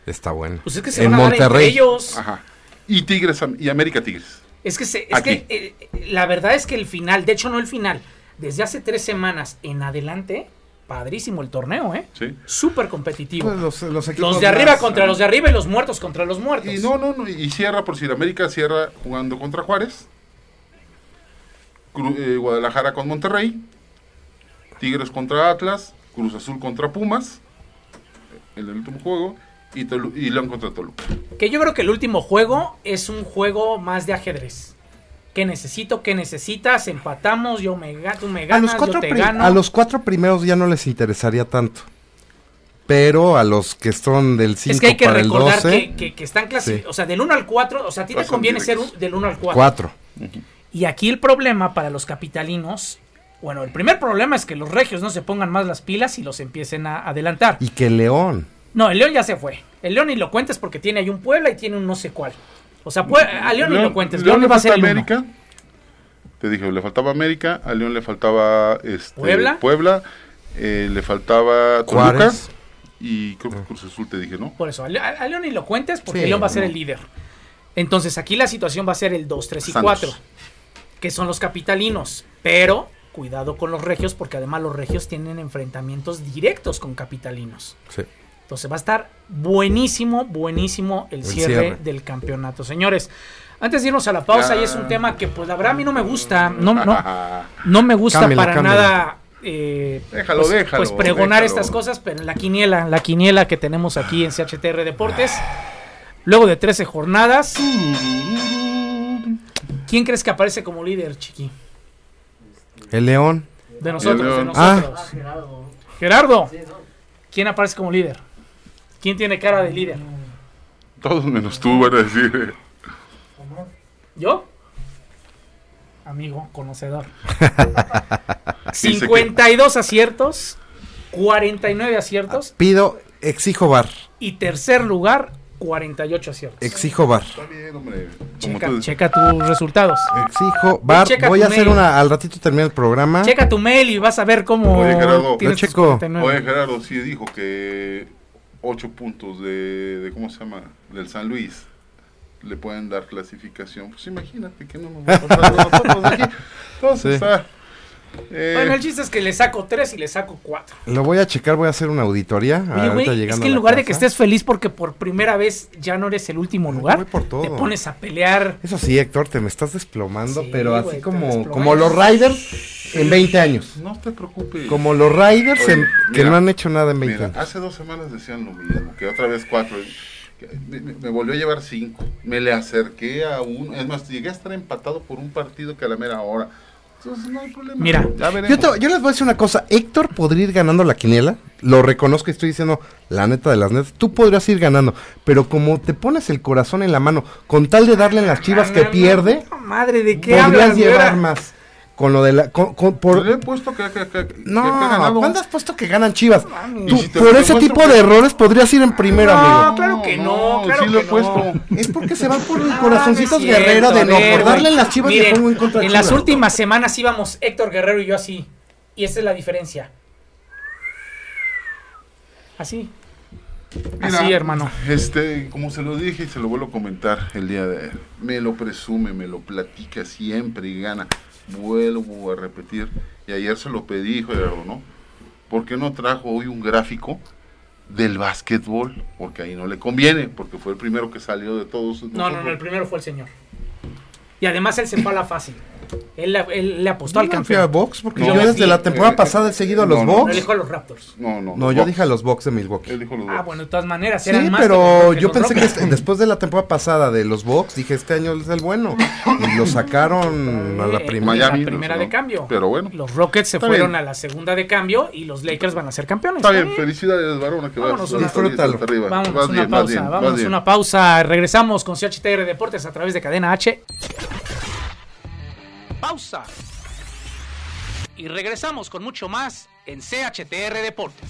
Speaker 4: Está bueno.
Speaker 8: Pues es que se van a dar entre ellos.
Speaker 3: Ajá. Y Tigres am- y América Tigres.
Speaker 8: Es que, se- es
Speaker 3: Aquí.
Speaker 8: que eh, eh, la verdad es que el final, de hecho, no el final, desde hace tres semanas en adelante, padrísimo el torneo, ¿eh?
Speaker 3: Sí.
Speaker 8: Súper competitivo.
Speaker 4: Pues los, los equipos
Speaker 8: los de arriba
Speaker 4: más-
Speaker 8: contra los de arriba y los muertos contra los muertos.
Speaker 3: Y no, no, no, y cierra por si la América cierra jugando contra Juárez. Cru- eh, Guadalajara con Monterrey. Tigres contra Atlas, Cruz Azul contra Pumas en el último juego y, Tolu- y León contra Toluca.
Speaker 8: Que yo creo que el último juego es un juego más de ajedrez. ¿Qué necesito? ¿Qué necesitas? Empatamos, yo me, ga- tú me
Speaker 4: A
Speaker 8: ganas,
Speaker 4: los, cuatro
Speaker 8: yo te
Speaker 4: pri-
Speaker 8: gano.
Speaker 4: a los cuatro primeros ya no les interesaría tanto. Pero a los que son del 5
Speaker 8: es que hay que
Speaker 4: para el
Speaker 8: recordar
Speaker 4: 12,
Speaker 8: que, que- que están clasificados.
Speaker 4: Sí.
Speaker 8: O sea, del 1 al 4, o sea, a ti te
Speaker 3: Pasan
Speaker 8: conviene ser
Speaker 3: directos.
Speaker 8: un- del 1 al 4.
Speaker 4: cuatro.
Speaker 8: Y aquí el problema para los capitalinos. Bueno, el primer problema es que los regios no se pongan más las pilas y los empiecen a adelantar.
Speaker 4: Y que León.
Speaker 8: No, el León ya se fue. El León ni lo cuentes porque tiene ahí un Puebla y tiene un no sé cuál. O sea, Pue- a León ni lo cuentes. León,
Speaker 3: le
Speaker 8: va a ser
Speaker 3: falta
Speaker 8: el uno.
Speaker 3: América. Te dije, le faltaba América, a León le faltaba este,
Speaker 8: Puebla.
Speaker 3: eh, le faltaba Toluca
Speaker 4: Juárez.
Speaker 3: y creo que Cruz Azul te dije, ¿no?
Speaker 8: Por eso, a, Le- a León ni lo cuentes porque
Speaker 4: Sí,
Speaker 8: León va a ser
Speaker 4: no.
Speaker 8: el líder. Entonces aquí la situación va a ser el 2, 3 y
Speaker 3: Santos.
Speaker 8: 4, que son los capitalinos. Pero cuidado con los regios porque además los regios tienen enfrentamientos directos con capitalinos.
Speaker 4: Sí.
Speaker 2: Entonces va a estar buenísimo, buenísimo el
Speaker 4: El
Speaker 2: cierre,
Speaker 4: cierre.
Speaker 2: del campeonato, señores. Antes de irnos a la pausa, y es un tema que pues la verdad a mí no me gusta, no,
Speaker 3: <laughs>
Speaker 2: no, no me gusta
Speaker 4: Cámbiala,
Speaker 2: para
Speaker 4: cámbiala.
Speaker 2: nada. eh,
Speaker 3: Déjalo,
Speaker 2: pues,
Speaker 3: déjalo,
Speaker 2: pues pregonar
Speaker 3: déjalo.
Speaker 2: estas cosas, pero en la quiniela, la quiniela que tenemos aquí en CHTR Deportes, luego de 13 jornadas, ¿quién crees que aparece como líder, Chiqui?
Speaker 4: El León. Ah,
Speaker 2: De nosotros, de
Speaker 3: León.
Speaker 2: nosotros. Gerardo, ¿quién aparece como líder? ¿Quién tiene cara de líder?
Speaker 3: Todos menos tú van a decir.
Speaker 2: ¿Yo? Amigo, conocedor.
Speaker 3: que-
Speaker 2: 52 aciertos, 49 aciertos
Speaker 4: Pido, exijo bar.
Speaker 2: y tercer lugar, 48 aciertos.
Speaker 4: Exijo bar.
Speaker 3: Está bien, hombre. Como
Speaker 2: Checa,
Speaker 3: tú-
Speaker 2: checa tus resultados.
Speaker 4: Exijo bar.
Speaker 2: Checa
Speaker 4: Voy
Speaker 2: tu
Speaker 4: a hacer
Speaker 2: mail.
Speaker 4: una. Al ratito termina el programa.
Speaker 2: Checa tu mail y vas a ver cómo
Speaker 3: Oye, Gerardo.
Speaker 2: tienes
Speaker 4: Lo
Speaker 2: tus
Speaker 4: Ah. checo.
Speaker 2: 49.
Speaker 3: Oye, Gerardo sí dijo que ocho puntos de, de- ¿cómo se llama? Del San Luis le pueden dar clasificación. Pues imagínate que no nos va a pasar a nosotros aquí. Entonces,
Speaker 4: Sí.
Speaker 3: ah, eh,
Speaker 2: Bueno, el chiste es que le saco 3 y le saco 4.
Speaker 4: Lo voy a checar. Voy a hacer una auditoría.
Speaker 2: Oye,
Speaker 4: Ah, ahorita
Speaker 2: güey, es
Speaker 4: llegando
Speaker 2: que
Speaker 4: a
Speaker 2: en
Speaker 4: la
Speaker 2: lugar de que
Speaker 4: casa.
Speaker 2: estés feliz porque por primera vez ya no eres el último lugar,
Speaker 4: voy por todo.
Speaker 2: te pones a pelear.
Speaker 4: Eso sí, Héctor, te me estás desplomando,
Speaker 2: Sí,
Speaker 4: pero
Speaker 2: güey,
Speaker 4: así
Speaker 2: te
Speaker 4: como,
Speaker 2: desplomas.
Speaker 4: como los Riders en 20 años.
Speaker 3: no te preocupes.
Speaker 4: Como los Riders
Speaker 3: Oye,
Speaker 4: en- que
Speaker 3: mira,
Speaker 4: no han hecho nada en 20
Speaker 3: Mira,
Speaker 4: años.
Speaker 3: hace dos semanas decían lo mismo, que otra vez cuatro. que Me, me- me volvió a llevar cinco. Me le acerqué a uno. Es más, llegué a estar empatado por un partido que a la mera hora. Entonces no hay problema.
Speaker 2: Mira,
Speaker 3: ya veremos.
Speaker 4: Yo, te- yo les voy a decir una cosa, Héctor podría ir ganando la quiniela, lo reconozco y estoy diciendo la neta de las netas, tú podrías ir ganando, pero como te pones el corazón en la mano con tal de darle en las chivas que
Speaker 2: Ah, no,
Speaker 4: pierde,
Speaker 2: no, Madre, ¿de qué
Speaker 4: podrías
Speaker 2: hablas? güera?
Speaker 4: llevar más con lo de la... con- con- por,
Speaker 3: Pues Le he puesto que, que- que- que-
Speaker 4: no,
Speaker 3: que ha ganado.
Speaker 4: ¿cuándo has puesto que ganan chivas?
Speaker 2: mames.
Speaker 4: Tú,
Speaker 3: Y si te
Speaker 4: por
Speaker 3: lo
Speaker 4: ese
Speaker 3: demuestro
Speaker 4: tipo
Speaker 3: que-
Speaker 4: de errores podrías ir en primero,
Speaker 2: No,
Speaker 4: amigo.
Speaker 2: claro que no, claro
Speaker 3: sí
Speaker 2: que
Speaker 3: lo he
Speaker 2: no.
Speaker 3: puesto.
Speaker 4: Es porque se va por el
Speaker 2: Ah,
Speaker 4: corazoncito
Speaker 2: no es
Speaker 4: guerrero
Speaker 2: cierto,
Speaker 4: de no,
Speaker 2: a ver,
Speaker 4: por darle
Speaker 2: güey.
Speaker 4: en las chivas le
Speaker 2: Miren,
Speaker 4: pongo en contra
Speaker 2: En
Speaker 4: Chivas.
Speaker 2: las últimas semanas íbamos Héctor Guerrero y yo así. Y esa es la diferencia. Así. así,
Speaker 3: Mira,
Speaker 2: hermano.
Speaker 3: Este, como se lo dije y se lo vuelvo a comentar el día de ayer, me lo presume, me lo platica siempre y gana. Vuelvo a repetir, y ayer se lo pedí, Gerardo, ¿no? ¿Por qué no trajo hoy un gráfico del básquetbol? Porque ahí no le conviene, porque fue el primero que salió de todos.
Speaker 2: No, no, no, el primero fue el señor. Y además él se fue a la fácil. Él, él le
Speaker 4: Yo
Speaker 2: apostó al
Speaker 4: no fui a
Speaker 2: campeón.
Speaker 4: box porque
Speaker 3: No,
Speaker 4: yo
Speaker 3: sí,
Speaker 4: desde la temporada
Speaker 3: eh,
Speaker 4: pasada he seguido a los
Speaker 3: no, no,
Speaker 2: No
Speaker 4: box.
Speaker 2: le dijo a los Raptors.
Speaker 3: No, no.
Speaker 4: No,
Speaker 3: los
Speaker 4: yo
Speaker 3: Bucks.
Speaker 4: dije a los box de
Speaker 3: Él
Speaker 4: Milwaukee.
Speaker 3: dijo los
Speaker 2: Ah,
Speaker 3: Bucks.
Speaker 2: bueno, de todas maneras,
Speaker 4: Sí,
Speaker 2: eran más
Speaker 4: pero
Speaker 2: los
Speaker 4: yo pensé que
Speaker 2: Rockets.
Speaker 4: este- después de la temporada pasada de los box dije este año es el bueno y lo sacaron a la
Speaker 2: Eh,
Speaker 4: primera.
Speaker 3: Miami,
Speaker 2: la primera
Speaker 3: no,
Speaker 2: de cambio.
Speaker 3: pero bueno.
Speaker 2: Los Rockets se
Speaker 3: Está
Speaker 2: fueron
Speaker 3: bien.
Speaker 2: a la segunda de cambio y los Lakers van a ser campeones.
Speaker 3: Está bien, felicidades, varón, que vas,
Speaker 2: Vámonos una-
Speaker 3: vas- vas-
Speaker 4: Disfrútalo.
Speaker 3: hasta arriba.
Speaker 2: Vámonos
Speaker 3: Vas
Speaker 2: una
Speaker 3: bien, vas
Speaker 2: pausa,
Speaker 3: bien, vas
Speaker 2: vámonos
Speaker 3: bien.
Speaker 2: una pausa. Regresamos con CHTR Deportes a través de Cadena H. Pausa. Y regresamos con mucho más en CHTR Deportes.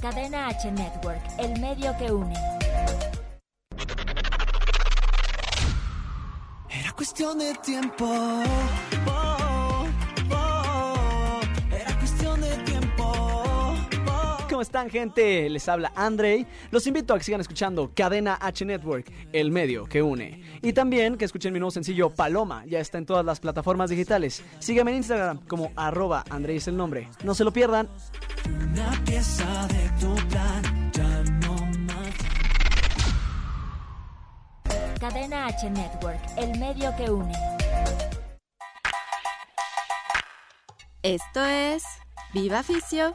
Speaker 1: Cadena H Network, el medio que une.
Speaker 5: Era cuestión de tiempo. Oh, oh, era cuestión de tiempo. Oh.
Speaker 8: ¿Cómo están, gente? Les habla Andrei. Los invito a que sigan escuchando Cadena H Network, el medio que une. Y también que escuchen mi nuevo sencillo Paloma, ya está en todas las plataformas digitales. Sígueme en Instagram como arroba Andrei es el nombre. No se lo pierdan.
Speaker 5: Una pieza de tu plan. Ya no más.
Speaker 1: Cadena H Network, el medio que une.
Speaker 9: Esto es Viva Fisio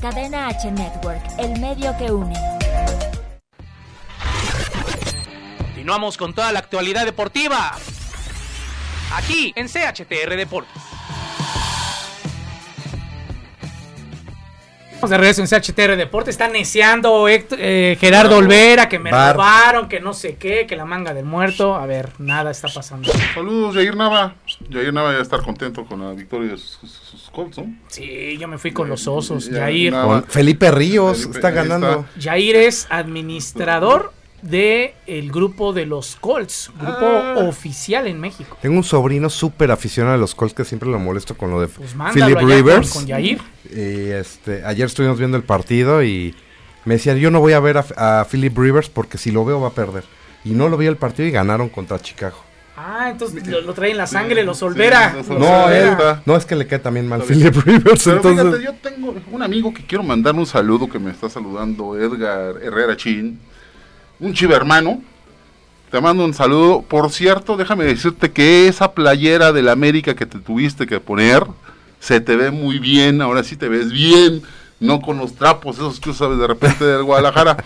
Speaker 1: Cadena H Network, el medio que une.
Speaker 8: Continuamos con toda la actualidad deportiva. Aquí en CHTR Deportes. Estamos de regreso en CHTR Deportes. Está neceando Héctor- eh, Gerardo Olvera que me
Speaker 4: Bar.
Speaker 8: robaron, que no sé qué, que la manga del muerto. A ver, nada está pasando.
Speaker 3: Saludos, Jair Nava. Jair Nava ya va a estar contento con la victoria de sus, sus- sus Colts, ¿no?
Speaker 8: Sí, yo me fui con los osos.
Speaker 3: Ya,
Speaker 8: Jair.
Speaker 3: nada.
Speaker 4: Con Felipe Ríos
Speaker 3: Felipe,
Speaker 4: está
Speaker 3: ahí está.
Speaker 4: ganando.
Speaker 8: Jair es administrador de el grupo de los Colts, grupo
Speaker 3: Ah.
Speaker 8: oficial en México.
Speaker 4: Tengo un sobrino súper aficionado a los Colts que siempre lo molesto con lo de
Speaker 8: Pues mándalo
Speaker 4: Philip
Speaker 8: allá con-
Speaker 4: Rivers.
Speaker 8: con Jair.
Speaker 4: Y, este, ayer estuvimos viendo el partido y me decían, yo no voy a ver a, a Philip Rivers porque si lo veo va a perder. Y no lo vi el partido y ganaron contra Chicago.
Speaker 8: Ah, entonces lo, lo traen la sangre, los Olvera.
Speaker 3: sí, los
Speaker 8: Los
Speaker 3: Olvera.
Speaker 4: No,
Speaker 8: Olvera.
Speaker 4: él,
Speaker 3: está.
Speaker 4: no es que le quede también mal
Speaker 3: Está bien.
Speaker 4: Philip Rivers.
Speaker 3: Pero
Speaker 4: entonces,
Speaker 3: fíjate, yo tengo un amigo que quiero mandar un saludo que me está saludando, Edgar Herrera Chin, un chiva hermano. Te mando un saludo. Por cierto, déjame decirte que esa playera del América que te tuviste que poner, se te ve muy bien, ahora sí te ves bien, no con los trapos esos que usas de repente del Guadalajara.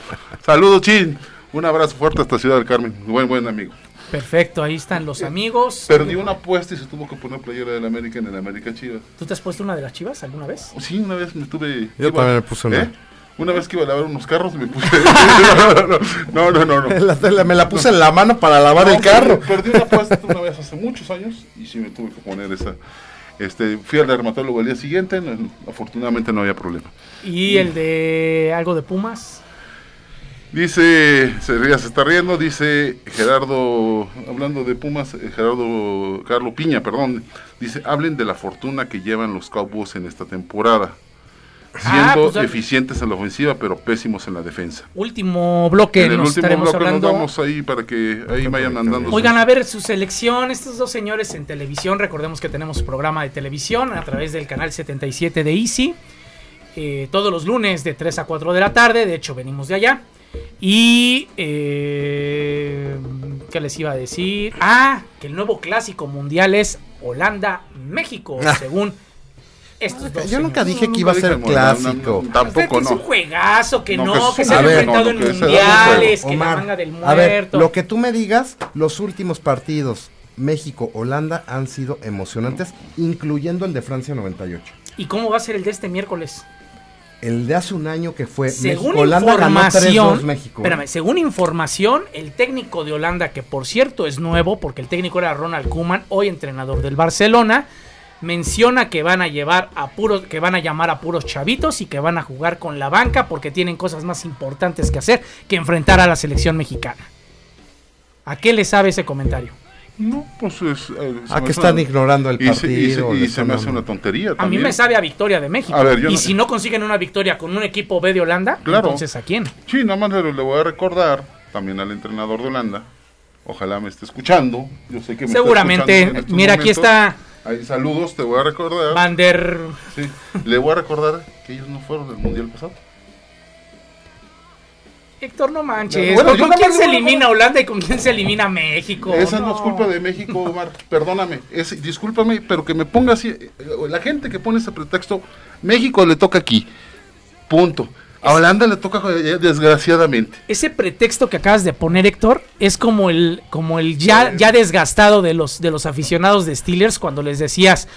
Speaker 3: Saludos, Chin. Un abrazo fuerte hasta Ciudad del Carmen. Buen, buen amigo.
Speaker 8: Perfecto, ahí están los amigos.
Speaker 3: Perdió una apuesta y se tuvo que poner playera del América en el América Chivas.
Speaker 8: ¿Tú te has puesto una de las chivas alguna vez?
Speaker 3: Pues Sí, una vez me tuve.
Speaker 4: Yo también me puse una.
Speaker 3: Una vez que iba a lavar unos carros me
Speaker 4: <laughs>
Speaker 3: puse. <laughs> no, no, no, no. no.
Speaker 4: la- la- me la puse en la mano para lavar
Speaker 3: No,
Speaker 4: el carro.
Speaker 3: Perdí una apuesta una vez hace muchos años y sí me tuve que poner esa. Este, fui al dermatólogo el día siguiente, no- afortunadamente no había problema.
Speaker 8: Y el de algo de Pumas.
Speaker 3: Dice, se, ría- se está riendo, dice Gerardo, hablando de Pumas, eh, Gerardo, Carlos Piña, perdón, dice, hablen de la fortuna que llevan los Cowboys en esta temporada,
Speaker 8: Ah,
Speaker 3: siendo
Speaker 8: pues,
Speaker 3: eficientes en la ofensiva pero pésimos en la defensa.
Speaker 8: Último bloque,
Speaker 3: en el
Speaker 8: nos
Speaker 3: último
Speaker 8: estaremos
Speaker 3: bloque
Speaker 8: hablando.
Speaker 3: nos vamos ahí para que ahí vayan andando.
Speaker 8: Oigan, a ver su selección, estos dos señores en televisión, recordemos que tenemos programa de televisión a través del canal 77 de Easy, eh, todos los lunes de 3 a 4 de la tarde, de hecho venimos de allá. Y... eh, ¿Qué les iba a decir? Ah, que el nuevo clásico mundial es Holanda-México,
Speaker 4: Ah.
Speaker 8: según estos dos.
Speaker 4: Yo nunca
Speaker 8: señores.
Speaker 4: dije que iba a ser
Speaker 3: dije, bueno,
Speaker 4: clásico.
Speaker 3: no, no,
Speaker 8: O sea, que
Speaker 3: tampoco
Speaker 8: Es un
Speaker 3: no.
Speaker 8: juegazo, que no,
Speaker 3: No,
Speaker 8: que,
Speaker 3: que es un-
Speaker 8: se
Speaker 3: A
Speaker 8: ha
Speaker 3: ver,
Speaker 8: enfrentado
Speaker 3: no,
Speaker 8: en
Speaker 3: que se da un
Speaker 8: mundiales, que la
Speaker 4: Omar,
Speaker 8: manga del muerto.
Speaker 4: a ver, lo que tú me digas, los últimos partidos México-Holanda han sido emocionantes, incluyendo el de Francia 98.
Speaker 8: ¿Y cómo va a ser el de este miércoles?
Speaker 4: El de hace un año que fue
Speaker 8: Según
Speaker 4: México-Holanda ganó 3-2
Speaker 8: información,
Speaker 4: México.
Speaker 8: espérame, según información, el técnico de Holanda, que por cierto es nuevo, porque el técnico era Ronald Koeman, hoy entrenador del Barcelona, menciona que van a llevar a puros, que van a llamar a puros chavitos y que van a jugar con la banca porque tienen cosas más importantes que hacer que enfrentar a la selección mexicana. ¿A qué le sabe ese comentario?
Speaker 3: No, pues es... eh, se
Speaker 4: Ah,
Speaker 3: me
Speaker 4: que
Speaker 3: hace
Speaker 4: están
Speaker 3: una-
Speaker 4: ignorando el
Speaker 3: Y se, y se-
Speaker 4: partido.
Speaker 3: y
Speaker 4: le
Speaker 3: se
Speaker 4: están
Speaker 3: me hace
Speaker 4: dando-
Speaker 3: una tontería
Speaker 8: A mí
Speaker 3: también.
Speaker 8: me sabe a victoria de México.
Speaker 3: A ver, yo
Speaker 8: y
Speaker 3: no-
Speaker 8: si no consiguen una victoria con un equipo B de Holanda,
Speaker 3: Claro.
Speaker 8: entonces ¿a quién?
Speaker 3: Sí, nada más le, le voy a recordar también al entrenador de Holanda. Ojalá me esté escuchando. Yo sé que me está
Speaker 8: Seguramente.
Speaker 3: escuchando en estos
Speaker 8: Mira, aquí
Speaker 3: momentos.
Speaker 8: está
Speaker 3: Ahí, saludos, te voy a recordar.
Speaker 8: Van der...
Speaker 3: Sí, le voy a recordar que ellos no fueron del mundial pasado.
Speaker 8: Héctor, no manches.
Speaker 3: Bueno,
Speaker 8: eh, ¿Con,
Speaker 3: yo
Speaker 8: con
Speaker 3: nada
Speaker 8: quién
Speaker 3: más
Speaker 8: se
Speaker 3: no-
Speaker 8: elimina Holanda y con quién se elimina México?
Speaker 3: Esa no. es culpa de México, Omar. Perdóname. Es, discúlpame, pero que me ponga así. eh, La gente que pone ese pretexto, México le toca aquí. Punto. A Holanda le toca eh, desgraciadamente.
Speaker 8: Ese pretexto que acabas de poner, Héctor, es como el, como el ya, ya desgastado de los, de los aficionados de Steelers cuando les decías,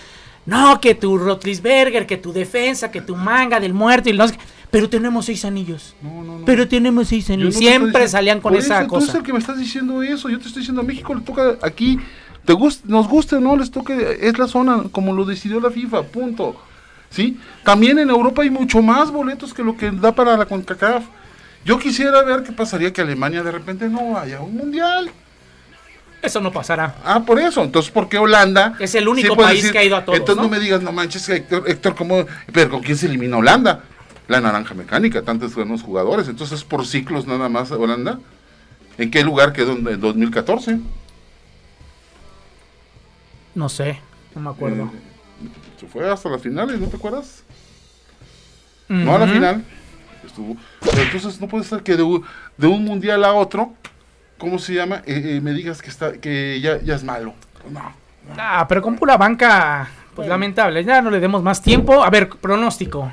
Speaker 8: no, que tu Rotlisberger, que tu defensa, que tu manga del muerto y los... Pero tenemos seis anillos.
Speaker 3: No, no, no.
Speaker 8: Pero tenemos seis
Speaker 3: Yo no
Speaker 8: anillos.
Speaker 3: te estoy
Speaker 8: Siempre
Speaker 3: diciendo-
Speaker 8: salían con
Speaker 3: Por
Speaker 8: esa
Speaker 3: eso, Tú eres
Speaker 8: cosa.
Speaker 3: el que me estás diciendo eso. Yo te estoy diciendo, a México le toca aquí. Te gust- nos guste o no, les toque. Es la zona como lo decidió la FIFA. Punto. ¿Sí? También en Europa hay mucho más boletos que lo que da para la CONCACAF. Yo quisiera ver qué pasaría que Alemania de repente no vaya a un mundial.
Speaker 8: Eso no pasará.
Speaker 3: Ah, por eso. Entonces, ¿por qué Holanda?
Speaker 8: Es el único
Speaker 3: puede
Speaker 8: país que ha ido a todos,
Speaker 3: Entonces, no,
Speaker 8: ¿no?
Speaker 3: me digas, no manches, Héctor, Héctor, ¿cómo? Pero ¿con quién se elimina Holanda? La naranja mecánica, tantos buenos jugadores. Entonces, por ciclos nada más, Holanda. ¿En qué lugar quedó en en 2014?
Speaker 8: No sé, no me acuerdo.
Speaker 3: Eh, Se fue hasta las finales, ¿no te acuerdas? No a la
Speaker 8: Ujú.
Speaker 3: final. Estuvo. Pero entonces, no puede ser que de, u- de un mundial a otro ¿cómo se llama? Eh, eh, me digas que está, que ya, ya es malo. No.
Speaker 2: Ah, pero con pura banca, pues lamentable. Ya no le demos más tiempo. A ver, pronóstico.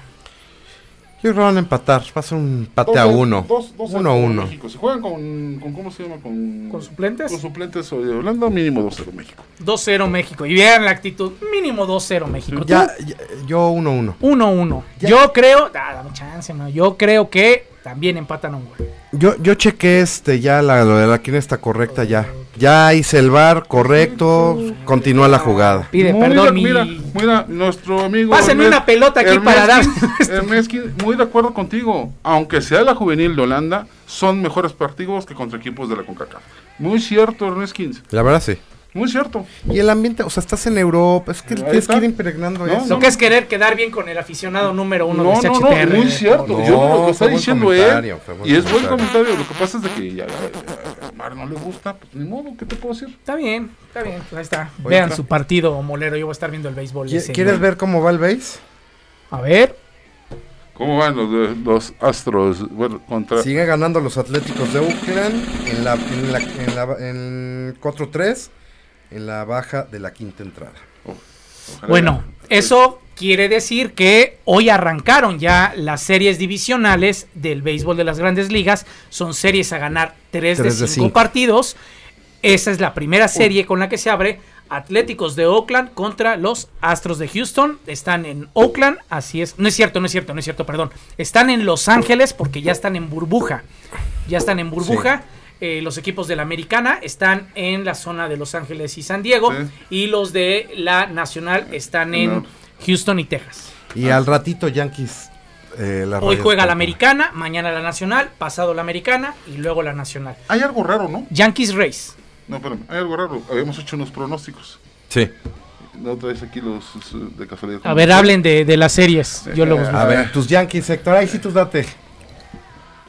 Speaker 4: Yo creo que van a empatar. Va a ser un empate a
Speaker 3: Dos-
Speaker 4: uno.
Speaker 3: dos- dos-
Speaker 4: uno a
Speaker 3: dos-
Speaker 4: uno.
Speaker 3: México. Si juegan con, con ¿cómo se llama? Con,
Speaker 2: ¿Con suplentes?
Speaker 3: Con suplentes o de Holanda, mínimo 2-0 México.
Speaker 2: 2-0 México. Y vean la actitud. Mínimo 2-0 México. Tú,
Speaker 4: Ya, ya- yo uno a uno.
Speaker 2: 1-1.
Speaker 4: Ya.
Speaker 2: Yo creo. Ah, dame chance, mano. Yo creo que también empatan a un gol.
Speaker 4: Yo, yo chequé este, ya la, lo de la quién está correcta ya. Ya hice el bar correcto. Continúa la jugada.
Speaker 2: Pide
Speaker 3: Mira,
Speaker 2: perdón, mi.
Speaker 3: mira, mira, nuestro amigo.
Speaker 2: Pásenme
Speaker 3: Ernest-
Speaker 2: una pelota aquí para dar.
Speaker 3: <laughs> Erneskin- Erneskin, muy de acuerdo contigo. Aunque sea la juvenil de Holanda, son mejores partidos que contra equipos de la CONCACAF. Muy cierto, Erneskins.
Speaker 4: La verdad sí.
Speaker 3: Muy cierto.
Speaker 4: Y el ambiente, o sea, estás en Europa. Es que
Speaker 3: Ahí
Speaker 4: tienes que
Speaker 3: está.
Speaker 4: ir impregnando
Speaker 3: No,
Speaker 4: eso.
Speaker 2: Lo que es querer quedar bien con el aficionado número uno
Speaker 3: No,
Speaker 2: de
Speaker 3: no, no,
Speaker 2: CHTR.
Speaker 3: muy cierto.
Speaker 4: No,
Speaker 3: Yo lo que
Speaker 4: fue
Speaker 3: está
Speaker 4: buen
Speaker 3: diciendo él.
Speaker 4: comentario, fue buen
Speaker 3: Y es buen
Speaker 4: comentario.
Speaker 3: comentario. Lo que pasa es de que ya, ya, ya, a Mar no le gusta. Pues ni modo, ¿qué te puedo decir?
Speaker 2: Está bien, está bien. Pues ahí está.
Speaker 4: Oye,
Speaker 2: Vean
Speaker 4: tra-
Speaker 2: su partido, molero. Yo voy a estar viendo el béisbol.
Speaker 4: ¿Qui-
Speaker 2: ese,
Speaker 4: ¿Quieres
Speaker 2: ¿no?
Speaker 4: ver cómo va el base?
Speaker 2: A ver.
Speaker 3: ¿Cómo van los, de- los Astros? Bueno, contra.
Speaker 4: Sigue ganando los Atléticos de Oakland en la, en la, en la- en 4-3 en la baja de la quinta entrada.
Speaker 3: Ojalá
Speaker 2: Bueno, eso quiere decir que hoy arrancaron ya las series divisionales del béisbol de las grandes ligas. Son series a ganar 3
Speaker 4: Tres
Speaker 2: de
Speaker 4: de
Speaker 2: 5
Speaker 4: cinco.
Speaker 2: partidos. Esa es la primera serie con la que se abre Atléticos de Oakland contra los Astros de Houston. Están en Oakland, así es. No es cierto, no es cierto, no es cierto, perdón. Están en Los Ángeles porque ya están en burbuja. Ya están en burbuja. Eh, los equipos de la americana están en la zona de Los Ángeles y San Diego.
Speaker 3: Sí.
Speaker 2: Y los de la nacional están en
Speaker 3: No.
Speaker 2: Houston y Texas.
Speaker 4: Y al ratito Yankees. eh, la
Speaker 2: Hoy
Speaker 4: Rayas
Speaker 2: juega la
Speaker 4: Puebla.
Speaker 2: americana, mañana la nacional, pasado la americana y luego la nacional.
Speaker 3: Hay algo raro, ¿no?
Speaker 2: Yankees Race.
Speaker 3: No, espérame, hay algo raro. Habíamos hecho unos pronósticos.
Speaker 4: Sí.
Speaker 3: No traes aquí los eh, de casualidad.
Speaker 2: A ver, hablen de, de las series. Yo luego.
Speaker 4: A ver, tus Yankees, Héctor. Ahí sí, tus date.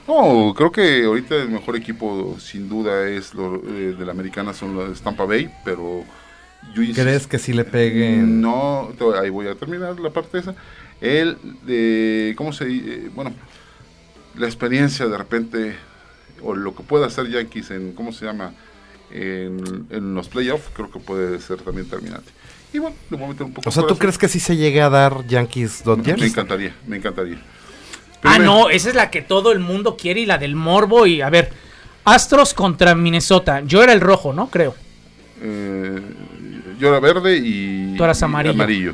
Speaker 3: No, creo que ahorita el mejor equipo, sin duda, es lo, eh, de la americana, son los Tampa Bay, pero yo insisto-
Speaker 4: ¿Crees que si le peguen?
Speaker 3: No, te- ahí voy a terminar la parte esa. El de, ¿cómo se dice? Bueno, la experiencia de repente, o lo que pueda hacer Yankees en, ¿cómo se llama? En, en los playoffs, creo que puede ser también terminante. Y bueno, le voy a meter un poco
Speaker 4: O sea, ¿tú
Speaker 3: corazón.
Speaker 4: crees que sí se llegue a dar Yankees Dodgers?
Speaker 3: Me encantaría, me encantaría.
Speaker 2: Ah,
Speaker 3: Primero,
Speaker 2: no, esa es la que todo el mundo quiere y la del morbo. Y a ver, Astros contra Minnesota. Yo era el rojo, ¿no? Creo.
Speaker 3: eh, yo era verde y.
Speaker 2: Tú eras
Speaker 3: y
Speaker 2: amarillo.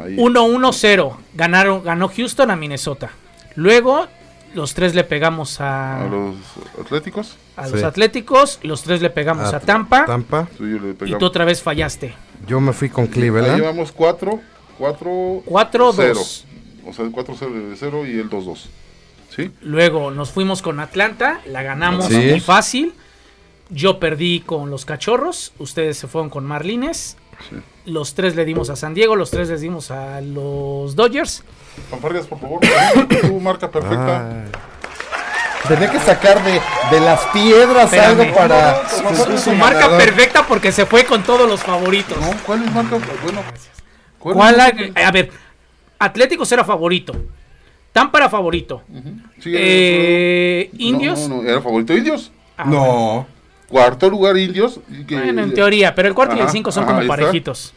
Speaker 3: Ahí.
Speaker 2: 1-1-0. Ganaron, ganó Houston a Minnesota. Luego, los tres le pegamos a,
Speaker 3: A los Atléticos.
Speaker 2: a
Speaker 4: Sí.
Speaker 2: los Atléticos. Los tres le pegamos a,
Speaker 4: Ah,
Speaker 2: Tampa.
Speaker 4: Tampa.
Speaker 3: Tú y yo le
Speaker 2: Y
Speaker 3: pegamos.
Speaker 2: tú otra vez fallaste.
Speaker 4: Yo me fui con
Speaker 3: Ahí
Speaker 4: Cleveland.
Speaker 3: llevamos 4, 4,
Speaker 2: Cuatro,
Speaker 3: 0.
Speaker 2: dos.
Speaker 3: O sea, 4, 0, 0 y el 2, 2. ¿Sí?
Speaker 2: Luego nos fuimos con Atlanta, la ganamos
Speaker 4: Sí.
Speaker 2: muy fácil. Yo perdí con los cachorros, ustedes se fueron con Marlines. Los tres le dimos a San Diego, los tres les dimos a los Dodgers.
Speaker 3: Fanfarrias, por favor. <coughs> tu marca perfecta.
Speaker 4: Ah. Tenía que sacar de, de las piedras
Speaker 2: Espérame.
Speaker 4: algo para.
Speaker 3: No, no, no, no,
Speaker 2: Su
Speaker 3: no,
Speaker 2: marca
Speaker 4: ganador.
Speaker 2: perfecta porque se fue con todos los favoritos.
Speaker 3: No, ¿cuál es marca? Bueno.
Speaker 2: ¿Cuál
Speaker 3: es
Speaker 2: ha- a ver, Atléticos era favorito. Tampa era favorito.
Speaker 3: Sí,
Speaker 2: Eh,
Speaker 3: no,
Speaker 2: Indios.
Speaker 3: No, no, era favorito Indios.
Speaker 2: Ah, bueno.
Speaker 4: No.
Speaker 3: Cuarto lugar Indios. y que-
Speaker 2: Bueno, en teoría, pero el cuarto y el
Speaker 3: Ajá,
Speaker 2: cinco son
Speaker 3: ajá, ahí
Speaker 2: como
Speaker 3: está.
Speaker 2: parejitos.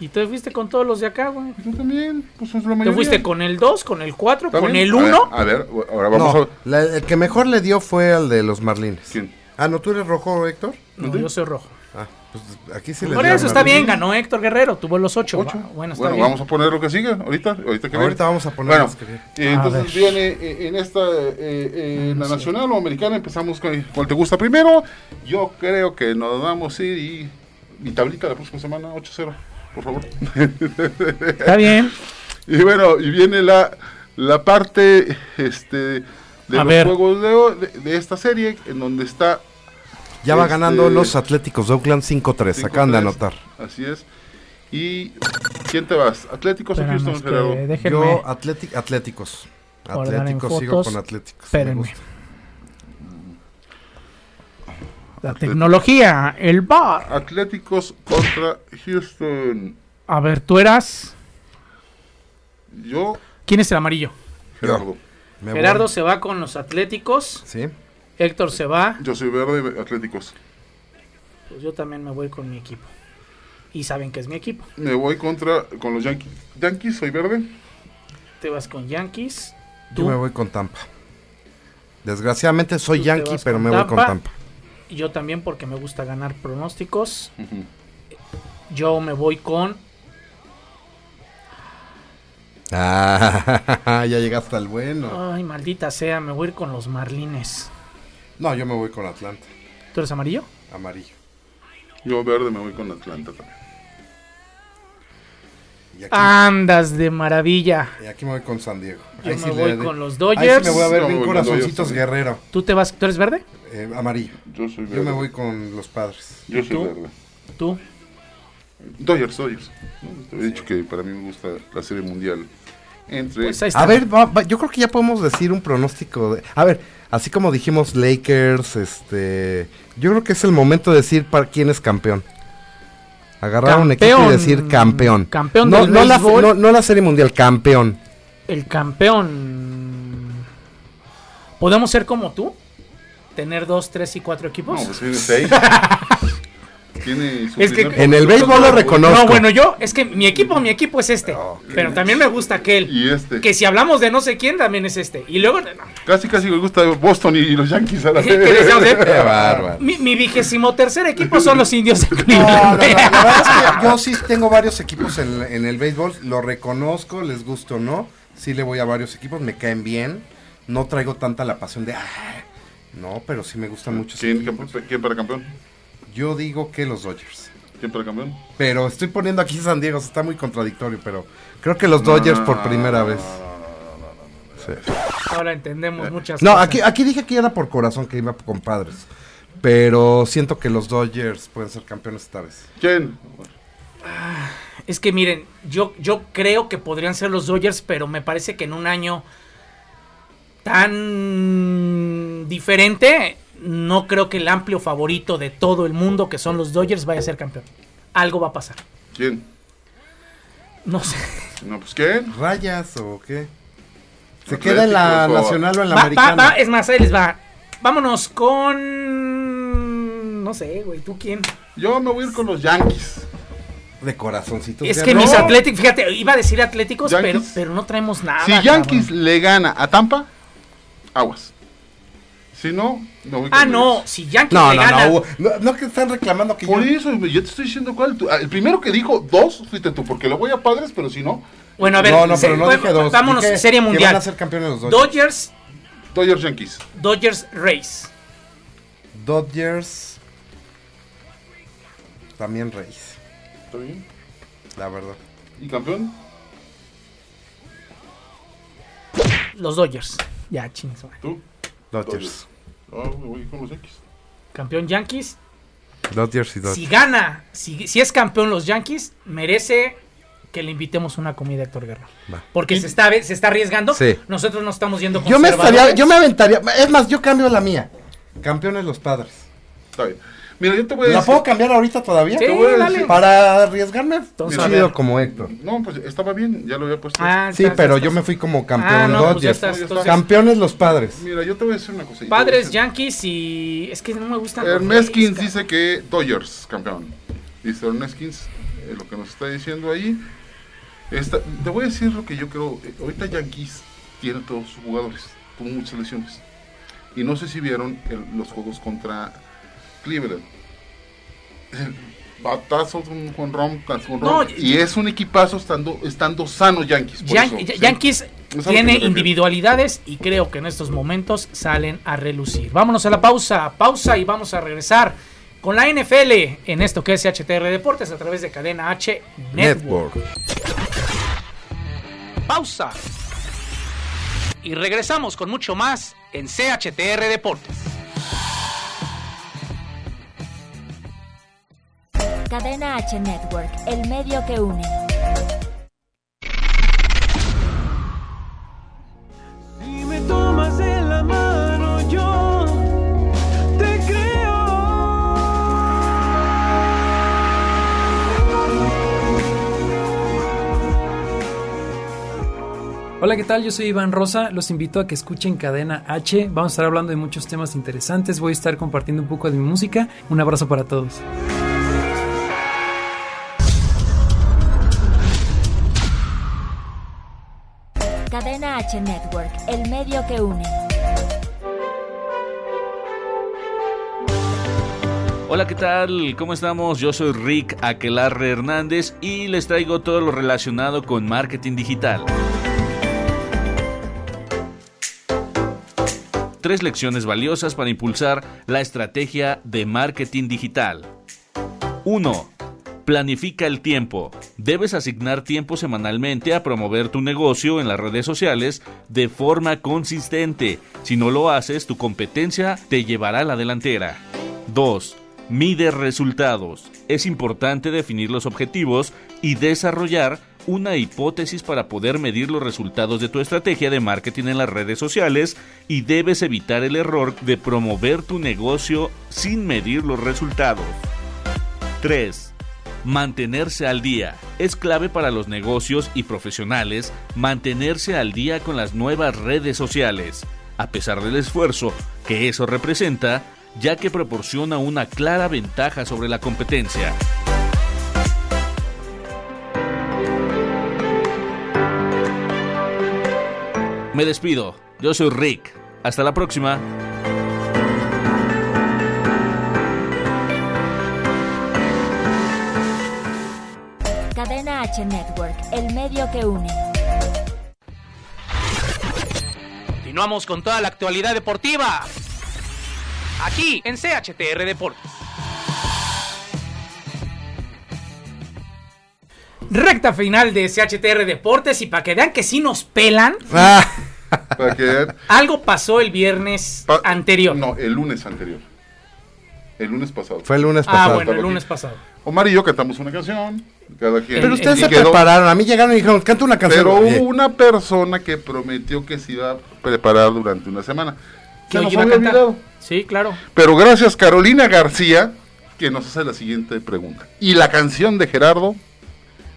Speaker 2: Y tú fuiste con todos los de acá, güey.
Speaker 3: Tú también, pues es la
Speaker 2: Te
Speaker 3: mayoría.
Speaker 2: fuiste con el 2, con el 4,
Speaker 3: ¿Está
Speaker 2: con
Speaker 3: bien?
Speaker 2: el
Speaker 3: A ver,
Speaker 2: 1.
Speaker 3: A ver, ahora vamos
Speaker 4: No,
Speaker 3: a ver.
Speaker 4: la- el que mejor le dio fue al de los Marlines.
Speaker 3: ¿Quién?
Speaker 4: Ah, no, tú eres rojo, Héctor.
Speaker 2: No, yo soy rojo.
Speaker 4: Ah, pues aquí sí le
Speaker 2: Por
Speaker 4: dio
Speaker 2: eso
Speaker 4: al
Speaker 2: está
Speaker 4: Marlines.
Speaker 2: bien, ganó Héctor Guerrero, tuvo los 8.
Speaker 3: Ocho.
Speaker 2: Bueno,
Speaker 3: Bueno,
Speaker 2: está bien.
Speaker 3: vamos a poner lo que sigue ahorita. Ahorita, que
Speaker 4: Ahorita
Speaker 3: viene.
Speaker 4: vamos a poner
Speaker 3: Bueno,
Speaker 4: las que vienen.
Speaker 3: eh,
Speaker 2: A
Speaker 3: entonces
Speaker 2: ver.
Speaker 3: viene eh, en esta, eh, eh, en la nacional o americana, empezamos con cuál te gusta primero. Yo creo que nos vamos a ir y mi tablita la próxima semana, 8-0, por favor. <laughs>
Speaker 2: Está bien.
Speaker 3: y bueno, y viene la, la parte este, de
Speaker 2: A
Speaker 3: los
Speaker 2: ver.
Speaker 3: juegos de, o- de- de esta serie, en donde está
Speaker 4: Ya va
Speaker 3: Este-
Speaker 4: ganando los Atléticos de Oakland 5-3. Acaban de
Speaker 3: 5-3.
Speaker 4: anotar.
Speaker 3: Así es. ¿Y quién te vas? ¿Atléticos o
Speaker 2: Espéranos
Speaker 3: Houston, Gerardo?
Speaker 2: que déjenme.
Speaker 4: Yo, Atléti- Atléticos.
Speaker 2: Guardar en
Speaker 4: Atléticos, sigo
Speaker 2: fotos.
Speaker 4: con Atléticos. me
Speaker 2: Espérenme.
Speaker 4: gusta.
Speaker 2: La tecnología, el bar.
Speaker 3: Atléticos contra Houston.
Speaker 2: A ver, tú eras.
Speaker 3: Yo,
Speaker 2: ¿Quién es el amarillo?
Speaker 3: Gerardo.
Speaker 4: Me voy.
Speaker 2: Gerardo se va con los Atléticos.
Speaker 4: Sí.
Speaker 2: Héctor se va.
Speaker 3: Yo soy verde, Atléticos.
Speaker 2: Pues yo también me voy con mi equipo. Y saben que es mi equipo.
Speaker 3: Me voy contra con los Yankees. Yankees, soy verde.
Speaker 2: Te vas con Yankees.
Speaker 4: Yo
Speaker 2: Tú.
Speaker 4: me voy con Tampa. Desgraciadamente soy
Speaker 2: Tú te
Speaker 4: yankee,
Speaker 2: vas
Speaker 4: pero
Speaker 2: con
Speaker 4: me voy con
Speaker 2: Tampa.
Speaker 4: Tampa.
Speaker 2: Y yo también porque me gusta ganar pronósticos.
Speaker 3: Ujú.
Speaker 2: Yo me voy con...
Speaker 4: Ah, <laughs> ya llegaste al bueno.
Speaker 2: Ay, maldita sea, me voy a ir con los Marlines.
Speaker 4: No, yo me voy con Atlanta,
Speaker 2: ¿Tú eres amarillo?
Speaker 4: amarillo.
Speaker 3: Yo verde me voy con Atlanta también.
Speaker 4: Y aquí,
Speaker 2: Andas de maravilla.
Speaker 4: y aquí me voy con San Diego.
Speaker 2: Ah. Yo
Speaker 4: Ahí
Speaker 2: me
Speaker 4: sí le-
Speaker 2: voy con los
Speaker 4: ahí sí
Speaker 2: Dodgers.
Speaker 4: me voy a
Speaker 3: Yo
Speaker 4: ver
Speaker 3: me
Speaker 4: bien
Speaker 3: voy con
Speaker 4: corazoncitos
Speaker 3: Dodgers.
Speaker 4: guerrero,
Speaker 2: ¿Tú te vas? ¿Tú eres verde?
Speaker 4: eh, amarillo.
Speaker 3: Yo soy verde.
Speaker 4: Yo me voy con los padres.
Speaker 3: Yo soy
Speaker 2: ¿Tú?
Speaker 3: verde.
Speaker 2: Tú.
Speaker 3: Dodgers, Dodgers. ¿no? Te había dicho que para mí me gusta la serie mundial. Entre.
Speaker 2: Pues ahí está.
Speaker 4: A ver, va- va- yo creo que ya podemos decir un pronóstico. De, a ver, así como dijimos Lakers, este, yo creo que es el momento de decir para quién es campeón. Agarrar un equipo y
Speaker 2: Campeón.
Speaker 4: decir campeón.
Speaker 2: Campeón
Speaker 4: no,
Speaker 2: del
Speaker 4: no la,
Speaker 2: béisbol.
Speaker 4: no- no la serie mundial, campeón.
Speaker 2: El campeón. ¿Podemos ser como tú? ¿Tener dos, tres y cuatro
Speaker 3: No,
Speaker 2: equipos?
Speaker 3: pues tiene
Speaker 2: <laughs>
Speaker 3: seis. tiene su
Speaker 2: Es que-
Speaker 3: primer-
Speaker 4: En el béisbol lo reconozco.
Speaker 2: No, bueno, yo, es que mi equipo, mi equipo es este. Pero también me gusta aquel.
Speaker 3: Ah, Y este.
Speaker 2: Que si hablamos de no sé quién, también es este. Y luego, no,
Speaker 3: Casi, casi me gusta Boston y los Yankees
Speaker 2: <laughs>
Speaker 3: a la
Speaker 2: ¿qué deseamos, eh?
Speaker 4: Qué bárbaro.
Speaker 2: mi, mi vigésimo tercer equipo son los indios de
Speaker 4: <laughs> No, no, no,
Speaker 2: Cleveland.
Speaker 4: la verdad
Speaker 2: <laughs>
Speaker 4: es que yo sí tengo varios equipos en, en el béisbol, lo reconozco, les gusto o no, sí le voy a varios equipos, me caen bien, no traigo tanta la pasión de, "Ah", no, pero sí me gustan muchos
Speaker 3: ¿Quién,
Speaker 4: equipos.
Speaker 3: quién para campeón?
Speaker 4: Yo digo que los Dodgers,
Speaker 3: ¿Quién para campeón?
Speaker 4: pero estoy poniendo aquí San Diego, o sea, está muy contradictorio, pero creo que los Dodgers por primera vez. Sí.
Speaker 2: <laughs> Ahora entendemos muchas
Speaker 4: No,
Speaker 2: cosas.
Speaker 4: aquí, aquí dije que era por corazón que iba con padres, pero siento que los Dodgers pueden ser campeones esta vez.
Speaker 3: ¿Quién?
Speaker 2: Es que miren, yo, yo creo que podrían ser los Dodgers, pero me parece que en un año tan diferente, no creo que el amplio favorito de todo el mundo, que son los Dodgers, vaya a ser campeón. Algo va a pasar.
Speaker 3: ¿Quién?
Speaker 2: No sé.
Speaker 3: No, pues ¿quién?
Speaker 4: ¿Rayas o qué? ¿Se
Speaker 3: Atlético,
Speaker 4: queda en la
Speaker 3: por favor.
Speaker 4: nacional o en la
Speaker 2: Va, va,
Speaker 4: americana?
Speaker 2: va, eh. es más, ahí les va. Vámonos con... No sé, güey, ¿tú quién?
Speaker 3: Yo me voy a ir con los Yankees.
Speaker 4: De corazoncitos.
Speaker 2: Es
Speaker 4: de
Speaker 2: que
Speaker 4: arroz.
Speaker 2: mis Atléticos, fíjate, iba a decir Atléticos, pero,
Speaker 3: Yankees.
Speaker 2: pero no traemos nada.
Speaker 3: Si
Speaker 2: Ah, cabrón.
Speaker 3: Yankees le gana a Tampa, aguas. Si no, me voy con
Speaker 2: Ah, no,
Speaker 3: Dodgers.
Speaker 2: si Yankees
Speaker 4: No,
Speaker 2: le
Speaker 4: no,
Speaker 2: gana-
Speaker 4: no, Hugo, no. No que están reclamando que yo...
Speaker 3: Por eso, yo te estoy diciendo cuál. tú- ah, el primero que dijo dos, fuiste tú, porque le voy a padres, pero si no,
Speaker 2: Bueno, a ver,
Speaker 4: no, no,
Speaker 2: se-
Speaker 4: pero no
Speaker 2: bueno,
Speaker 4: dije dos.
Speaker 2: vámonos,
Speaker 4: dije
Speaker 2: Serie
Speaker 4: que
Speaker 2: Mundial.
Speaker 4: van a ser campeones los Dodgers.
Speaker 2: Dodgers,
Speaker 3: Dodgers Yankees.
Speaker 2: Dodgers Race.
Speaker 4: Dodgers. También Reyes,
Speaker 3: ¿Está bien?
Speaker 4: la verdad.
Speaker 3: ¿Y campeón?
Speaker 2: Los Dodgers. Ya, chingos.
Speaker 3: ¿Tú?
Speaker 4: Dodgers.
Speaker 3: Ah, me voy con los Yankees.
Speaker 2: Campeón Yankees.
Speaker 4: Dodgers y
Speaker 2: Si gana, si, si es campeón los Yankees, merece que le invitemos una comida a Héctor Guerra.
Speaker 4: Va.
Speaker 2: Porque se está, se está arriesgando.
Speaker 4: Sí.
Speaker 2: Nosotros nos estamos yendo
Speaker 4: Yo me
Speaker 2: conservadores.
Speaker 4: estaría, yo me aventaría. Es más, yo cambio la mía. Campeones los padres.
Speaker 3: Está bien. Mira, yo te voy a
Speaker 4: ¿La
Speaker 3: decir.
Speaker 4: puedo cambiar ahorita todavía?
Speaker 2: Sí,
Speaker 4: Pues, Te voy a
Speaker 2: dale.
Speaker 4: decir, Para arriesgarme.
Speaker 2: Entonces,
Speaker 4: Chido
Speaker 2: a ver.
Speaker 4: como Héctor.
Speaker 3: No, pues estaba bien, ya lo había puesto.
Speaker 2: Ah,
Speaker 4: Sí,
Speaker 2: estás-
Speaker 4: pero
Speaker 2: estás-
Speaker 4: yo me fui como campeón
Speaker 2: Ah, no, pues ya
Speaker 4: Dodgers.
Speaker 2: estás, entonces-
Speaker 4: Campeones los padres.
Speaker 3: Mira, yo te voy a decir una cosa.
Speaker 2: Padres,
Speaker 3: Yankees.
Speaker 2: Yankees y. Es que no me
Speaker 3: Eh,
Speaker 2: gustan. los
Speaker 3: Hermeskins
Speaker 2: Rays,
Speaker 3: dice que Dodgers, campeón. Dice Hermeskins, eh, lo que nos está diciendo ahí. Está- te voy a decir lo que yo creo. eh, ahorita Yankees tiene todos sus jugadores. Tuvo muchas lesiones. Y no sé si vieron el- los juegos contra Cleveland. El batazo de un jonrón, con
Speaker 2: No,
Speaker 3: y es un equipazo estando, estando sano Yankees. por
Speaker 2: Yan-
Speaker 3: eso,
Speaker 2: Ya-
Speaker 3: ¿sí?
Speaker 2: Yankees
Speaker 3: Eso es a lo que me
Speaker 2: tiene
Speaker 3: refiero.
Speaker 2: individualidades y creo que en estos momentos salen a relucir. Vámonos a la pausa, pausa y vamos a regresar con la NFL en esto que es HTR Deportes a través de cadena H Network. Pausa. Y regresamos con mucho más en CHTR Deportes.
Speaker 1: Cadena H Network, el medio que une.
Speaker 5: Si me tomas en la mano, yo te creo.
Speaker 8: Hola, ¿qué tal? Yo soy Iván Rosa. Los invito a que escuchen Cadena H. Vamos a estar hablando de muchos temas interesantes. Voy a estar compartiendo un poco de mi música. Un abrazo para todos.
Speaker 1: Cadena H Network, el medio que une.
Speaker 9: Hola, ¿qué tal? ¿Cómo estamos? Yo soy Rick Aquelarre Hernández y les traigo todo lo relacionado con marketing digital. Tres lecciones valiosas para impulsar la estrategia de marketing digital. 1. Planifica el tiempo. Debes asignar tiempo semanalmente a promover tu negocio en las redes sociales de forma consistente. Si no lo haces, tu competencia te llevará a la delantera. 2. Mide resultados. Es importante definir los objetivos y desarrollar una hipótesis para poder medir los resultados de tu estrategia de marketing en las redes sociales y debes evitar el error de promover tu negocio sin medir los resultados. 3. Mantenerse al día. Es clave para los negocios y profesionales mantenerse al día con las nuevas redes sociales, a pesar del esfuerzo que eso representa, ya que proporciona una clara ventaja sobre la competencia. Me despido, yo soy Rick. Hasta la próxima.
Speaker 1: Cadena H Network, el medio que une.
Speaker 2: Continuamos con toda la actualidad deportiva. Aquí en CHTR Deportes. Recta final de CHTR Deportes y para que vean que sí nos pelan,
Speaker 4: Ah.
Speaker 3: Para que
Speaker 2: <laughs> algo pasó el viernes
Speaker 3: Pa-
Speaker 2: anterior.
Speaker 3: No, el lunes anterior. El lunes pasado.
Speaker 4: Fue el lunes
Speaker 2: ah,
Speaker 4: pasado.
Speaker 2: bueno, el
Speaker 3: aquí.
Speaker 2: lunes pasado.
Speaker 3: Omar y yo cantamos una canción. Cada quien.
Speaker 4: Pero
Speaker 2: el-
Speaker 4: ustedes
Speaker 3: y
Speaker 4: se
Speaker 3: quedó-
Speaker 4: prepararon. A mí llegaron y dijeron, canta una canción.
Speaker 3: Pero
Speaker 4: Oye,
Speaker 3: hubo una persona que prometió que se iba a preparar durante una semana.
Speaker 2: Que
Speaker 3: Se
Speaker 2: hoy
Speaker 3: nos
Speaker 2: iba a
Speaker 3: había
Speaker 2: cantar.
Speaker 3: olvidado.
Speaker 2: Sí, claro.
Speaker 3: Pero gracias Carolina García que nos hace la siguiente pregunta. Y la canción de Gerardo,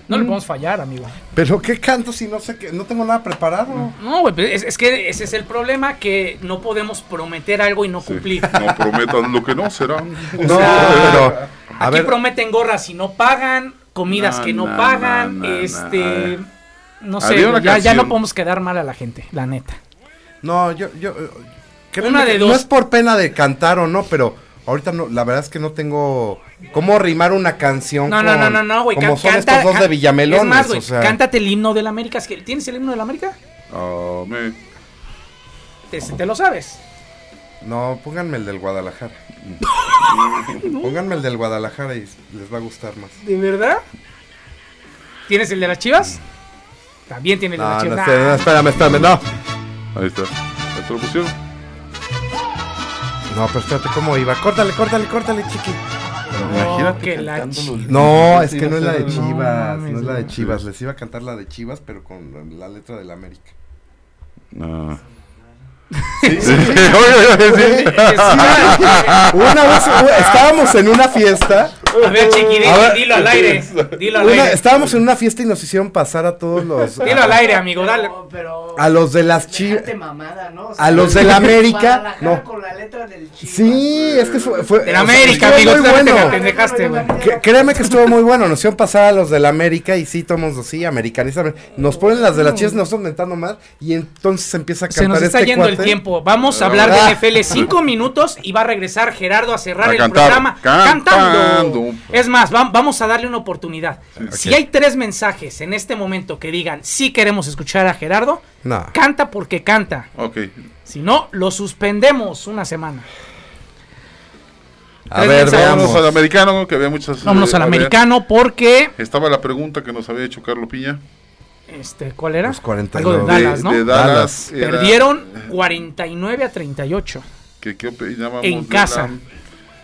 Speaker 2: No le
Speaker 3: Mm.
Speaker 2: podemos fallar, amigo.
Speaker 4: ¿Pero qué canto si no sé qué? No tengo nada preparado.
Speaker 2: No, güey, pues, es, es que ese es el problema, que no podemos prometer algo y no
Speaker 3: Sí.
Speaker 2: cumplir.
Speaker 3: <laughs> no prometan lo que no será.
Speaker 4: No,
Speaker 2: sea,
Speaker 4: pero. A
Speaker 2: Aquí
Speaker 4: ver,
Speaker 2: prometen gorras y no pagan, comidas
Speaker 3: No,
Speaker 2: que no,
Speaker 3: no,
Speaker 2: pagan,
Speaker 3: no, no,
Speaker 2: este...
Speaker 3: no.
Speaker 2: No
Speaker 3: Había
Speaker 2: sé,
Speaker 3: una
Speaker 2: ya, ya
Speaker 3: canción-
Speaker 2: no podemos quedar mal a la gente, la neta.
Speaker 4: no, yo. yo eh, créeme
Speaker 2: Una de
Speaker 4: que
Speaker 2: dos.
Speaker 4: No es por pena de cantar o no, pero. Ahorita no, la verdad es que no tengo cómo rimar una canción
Speaker 2: No, no,
Speaker 4: con-
Speaker 2: no, no, no, güey.
Speaker 4: como
Speaker 2: can-
Speaker 4: son
Speaker 2: canta-
Speaker 4: estos dos de
Speaker 2: can-
Speaker 4: Villamelones,
Speaker 2: Es más, güey,
Speaker 4: o sea,
Speaker 2: cántate el himno del América. Es que- ¿Tienes el himno del América?
Speaker 3: Ah, me-
Speaker 2: Te, te lo sabes.
Speaker 4: no, pónganme el del Guadalajara.
Speaker 2: <laughs>
Speaker 4: Pónganme el del Guadalajara y les va a gustar más.
Speaker 2: ¿De verdad? ¿Tienes el de las chivas? También tiene el de
Speaker 4: Mm. No,
Speaker 2: las
Speaker 4: no,
Speaker 2: chivas.
Speaker 4: espérame, no,
Speaker 2: Nah.
Speaker 4: espérame, espérame, no.
Speaker 3: Ahí está. Ahí te lo pusieron.
Speaker 4: No, pero espérate, ¿cómo iba? Córtale, córtale, córtale, chiqui.
Speaker 3: Imagínate
Speaker 2: Ah, que la
Speaker 3: cantando los-
Speaker 4: No, es que no es la de
Speaker 3: No,
Speaker 4: Chivas,
Speaker 2: mames,
Speaker 4: no es la de
Speaker 2: no.
Speaker 4: Chivas. Les iba a cantar la de Chivas, pero con la letra del América.
Speaker 3: No. <laughs>
Speaker 4: Una <laughs> vez u- estábamos en una fiesta,
Speaker 2: A ver, chiqui, dilo,
Speaker 4: A ver.
Speaker 2: dilo al aire. Dilo al
Speaker 4: una-
Speaker 2: aire.
Speaker 4: estábamos en una fiesta y nos hicieron pasar a todos los
Speaker 2: Dilo al
Speaker 4: a,
Speaker 2: aire, amigo, dale.
Speaker 10: pero
Speaker 4: a los de las Chivas,
Speaker 10: déjate mamada, ¿no? O
Speaker 4: a los del América,
Speaker 10: Guadalajara
Speaker 4: no.
Speaker 10: con la letra del Chivas.
Speaker 4: Sí, es que fue, fue-
Speaker 2: Del
Speaker 4: o sea,
Speaker 2: América,
Speaker 4: estuvo
Speaker 2: amigo,
Speaker 4: muy
Speaker 2: tú también
Speaker 4: bueno.
Speaker 2: te pendejaste, güey.
Speaker 4: Que- créeme que estuvo muy bueno, nos hicieron pasar a los del América y sí, tomamos los sí, americanizar. Nos ponen las de las chivas, nos están mentando más y entonces empieza a cantar
Speaker 2: Se nos está
Speaker 4: este
Speaker 2: yendo el
Speaker 4: cuate.
Speaker 2: tiempo. Vamos a
Speaker 3: Ah.
Speaker 2: hablar de NFL cinco minutos y va a regresar Gerardo a cerrar
Speaker 3: A
Speaker 2: el
Speaker 3: cantar.
Speaker 2: programa
Speaker 3: Cantando.
Speaker 2: cantando. Es más, vam- vamos a darle una oportunidad. Si hay tres mensajes en este momento que digan sí queremos escuchar a Gerardo,
Speaker 4: No.
Speaker 2: canta porque canta.
Speaker 3: Ok.
Speaker 2: Si no, lo suspendemos una semana.
Speaker 4: A
Speaker 2: Tres
Speaker 4: ver,
Speaker 2: mensajes.
Speaker 4: veamos.
Speaker 3: Vámonos al americano, que había muchas.
Speaker 2: Vámonos
Speaker 3: eh,
Speaker 2: al
Speaker 3: había-
Speaker 2: americano porque.
Speaker 3: Estaba la pregunta que nos había hecho Carlos Piña.
Speaker 2: Este, ¿Cuál era?
Speaker 4: Los 49.
Speaker 2: Algo de Dallas, ¿no?
Speaker 3: de Dallas. era-
Speaker 2: Perdieron 49 a 38.
Speaker 3: que qué opinábamos
Speaker 2: En
Speaker 3: de
Speaker 2: casa.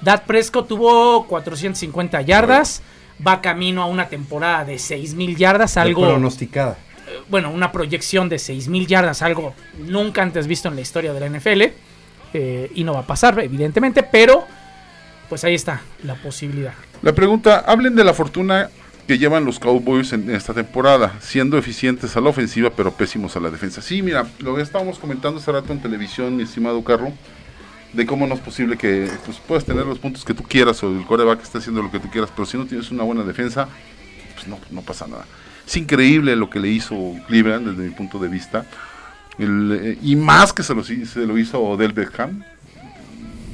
Speaker 2: Dak Prescott tuvo 450 yardas. Va camino a una temporada de 6.000 yardas, algo,
Speaker 4: pronosticada.
Speaker 2: eh, bueno, una proyección de 6.000 yardas, algo nunca antes visto en la historia de la NFL. eh, y no va a pasar, evidentemente, pero pues ahí está la posibilidad.
Speaker 3: La pregunta, hablen de la fortuna que que llevan los Cowboys en esta temporada, siendo eficientes a la ofensiva pero pésimos a la defensa. Sí, mira, lo que estábamos comentando hace rato en televisión, mi estimado Carro, de cómo no es posible que pues, puedes tener los puntos que tú quieras o el coreback está haciendo lo que tú quieras, pero si no tienes una buena defensa, pues no, no pasa nada. Es increíble lo que le hizo Cleveland desde mi punto de vista. El, eh, y más que se lo, hi- se lo hizo Odell Beckham,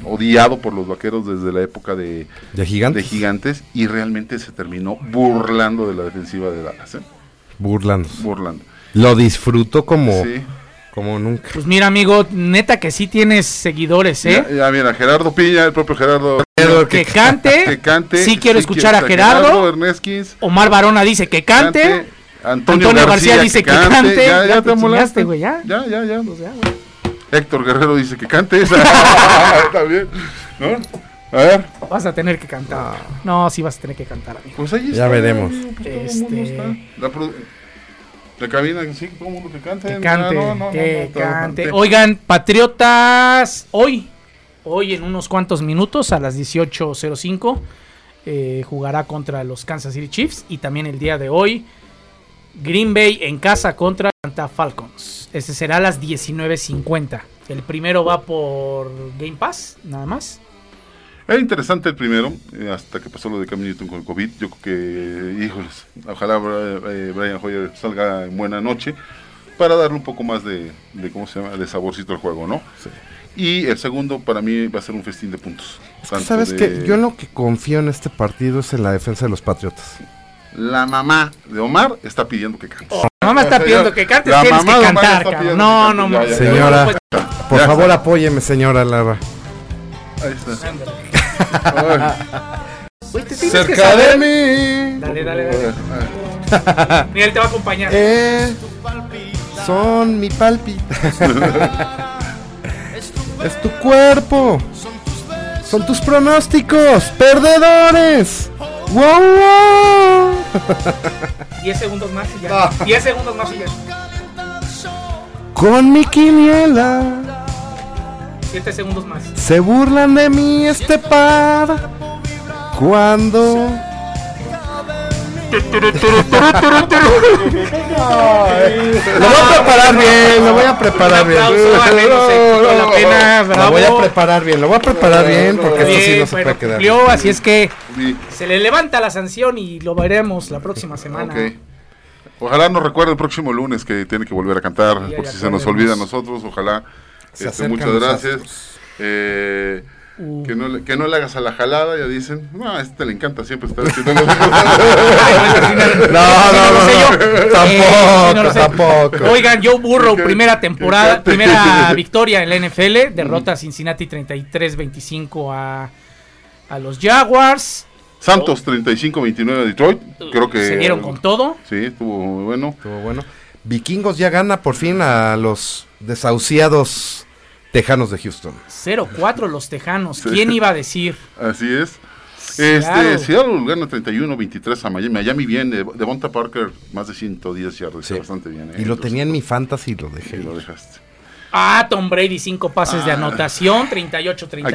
Speaker 3: odiado por los vaqueros desde la época de,
Speaker 4: ¿De Gigantes?
Speaker 3: de Gigantes, y realmente se terminó burlando de la defensiva de Dallas. ¿eh?
Speaker 4: Burlando.
Speaker 3: Burlando.
Speaker 4: Lo disfruto como,
Speaker 3: Sí.
Speaker 4: como nunca.
Speaker 2: Pues mira, amigo, neta que sí tienes seguidores, ¿eh?
Speaker 3: Ya, ya, mira, Gerardo Piña, el propio Gerardo.
Speaker 2: que cante.
Speaker 3: <laughs> Que cante.
Speaker 2: Sí quiero escuchar
Speaker 3: quiero-
Speaker 2: a Gerardo.
Speaker 3: Ernésquez,
Speaker 2: Omar Barona dice que cante.
Speaker 3: Cante.
Speaker 2: Antonio, García, dice que cante.
Speaker 3: Ya, ya, te
Speaker 2: molaste,
Speaker 3: amolaste.
Speaker 2: güey, ya.
Speaker 3: Ya, ya, ya.
Speaker 2: O sea,
Speaker 3: Héctor Guerrero dice que
Speaker 2: <laughs>
Speaker 3: cante. <laughs> Está bien. ¿No? A ver.
Speaker 2: Vas a tener que cantar. No, sí vas a tener que cantar, amigo.
Speaker 3: Pues ahí
Speaker 4: Ya está, veremos. amigo,
Speaker 2: Este,
Speaker 3: La, produ- la cabina, sí, todo el mundo que cante.
Speaker 2: que cante,
Speaker 3: Ah, no, no, no,
Speaker 2: que
Speaker 3: no, todo
Speaker 2: cante.
Speaker 3: cante.
Speaker 2: Oigan, patriotas, hoy, hoy en unos cuantos minutos a las 18.05 eh, jugará contra los Kansas City Chiefs y también el día de hoy Green Bay en casa contra Atlanta Falcons. Este será a las 19.50. El primero va por Game Pass, nada más.
Speaker 3: Era interesante el primero, eh, hasta que pasó lo de Cam Newton con el COVID. Yo creo que, híjoles, ojalá Bra- eh, Brian Hoyer salga en buena noche para darle un poco más de, de, ¿cómo se llama?, de saborcito al juego, ¿no? Y el segundo para mí va a ser un festín de puntos. Tanto
Speaker 4: ¿Sabes
Speaker 3: de
Speaker 4: qué? Yo en lo que confío en este partido es en la defensa de los Patriotas.
Speaker 3: La mamá de Omar está pidiendo que cantes.
Speaker 2: La mamá está pidiendo que cantes, tienes que
Speaker 3: de Omar
Speaker 2: cantar,
Speaker 3: está
Speaker 2: cabrón.
Speaker 3: pidiendo
Speaker 2: No,
Speaker 3: que
Speaker 2: no,
Speaker 3: cantes. Ya, ya, ya,
Speaker 4: Señora,
Speaker 3: ya, ya.
Speaker 4: por
Speaker 3: Ya
Speaker 4: favor apóyeme, señora Lara.
Speaker 3: Ahí está.
Speaker 2: Güey, te tienes que
Speaker 3: Cerca de
Speaker 2: saber.
Speaker 4: mí.
Speaker 2: Dale, dale, dale. Miguel te va a acompañar.
Speaker 4: Eh, son mi palpita. <laughs>
Speaker 3: <laughs>
Speaker 4: es tu cuerpo. Son tus pronósticos. Perdedores. Wow, wow.
Speaker 2: 10 segundos más y
Speaker 3: Ah.
Speaker 2: ya. 10 segundos más y ya.
Speaker 4: Con mi quiniela.
Speaker 2: 7 segundos más.
Speaker 4: Se burlan de mí este par cuando lo voy a preparar bien, lo voy a preparar bien.
Speaker 2: aplauso a Leno, se quitó la pena,
Speaker 4: Lo
Speaker 2: bravo.
Speaker 4: voy a preparar bien, lo voy a preparar bien porque esto sí
Speaker 2: Bien,
Speaker 4: no se
Speaker 2: bueno,
Speaker 4: puede quedar.
Speaker 2: cumplió, así es que
Speaker 3: Sí.
Speaker 2: se le levanta la sanción y lo veremos la próxima semana.
Speaker 3: Ok. Ojalá nos recuerde el próximo lunes que tiene que volver a cantar,
Speaker 2: ya
Speaker 3: por si se nos
Speaker 2: acordemos.
Speaker 3: olvida a nosotros, ojalá.
Speaker 4: Se
Speaker 3: Este,
Speaker 4: acercan
Speaker 3: muchas
Speaker 4: los
Speaker 3: gracias. Eh,
Speaker 2: Uh.
Speaker 3: que, no le, que no le hagas a la jalada, ya dicen, no, a este le encanta siempre
Speaker 4: <laughs>
Speaker 3: estar haciendo lo mismo".
Speaker 4: No, no, no,
Speaker 3: <laughs>
Speaker 4: no,
Speaker 2: Eh, no
Speaker 4: tampoco,
Speaker 2: lo sé.
Speaker 4: tampoco.
Speaker 2: Oigan, Joe Burrow,
Speaker 3: Que-
Speaker 2: primera temporada,
Speaker 3: que- <laughs>
Speaker 2: primera victoria en la NFL, derrota a Cincinnati 33-25 a, a los Jaguars.
Speaker 3: Santos 35-29 a Detroit, creo que...
Speaker 2: Se dieron con todo.
Speaker 3: Sí, estuvo muy bueno.
Speaker 4: Estuvo bueno. Vikingos ya gana por fin a los desahuciados tejanos de Houston.
Speaker 2: 0-4 los Tejanos.
Speaker 3: Sí.
Speaker 2: ¿Quién iba a decir?
Speaker 3: Así es.
Speaker 2: Seattle.
Speaker 3: Este, Seattle gana 31-23 a Miami. Miami bien, eh, Devonta Parker más de 110 yardas, bastante bien. eh.
Speaker 4: Y lo
Speaker 3: Entonces,
Speaker 4: tenía en mi fantasy y lo dejé.
Speaker 3: y lo dejaste.
Speaker 2: Ah, Tom Brady, 5 pases de
Speaker 3: Ah.
Speaker 2: anotación, 38-31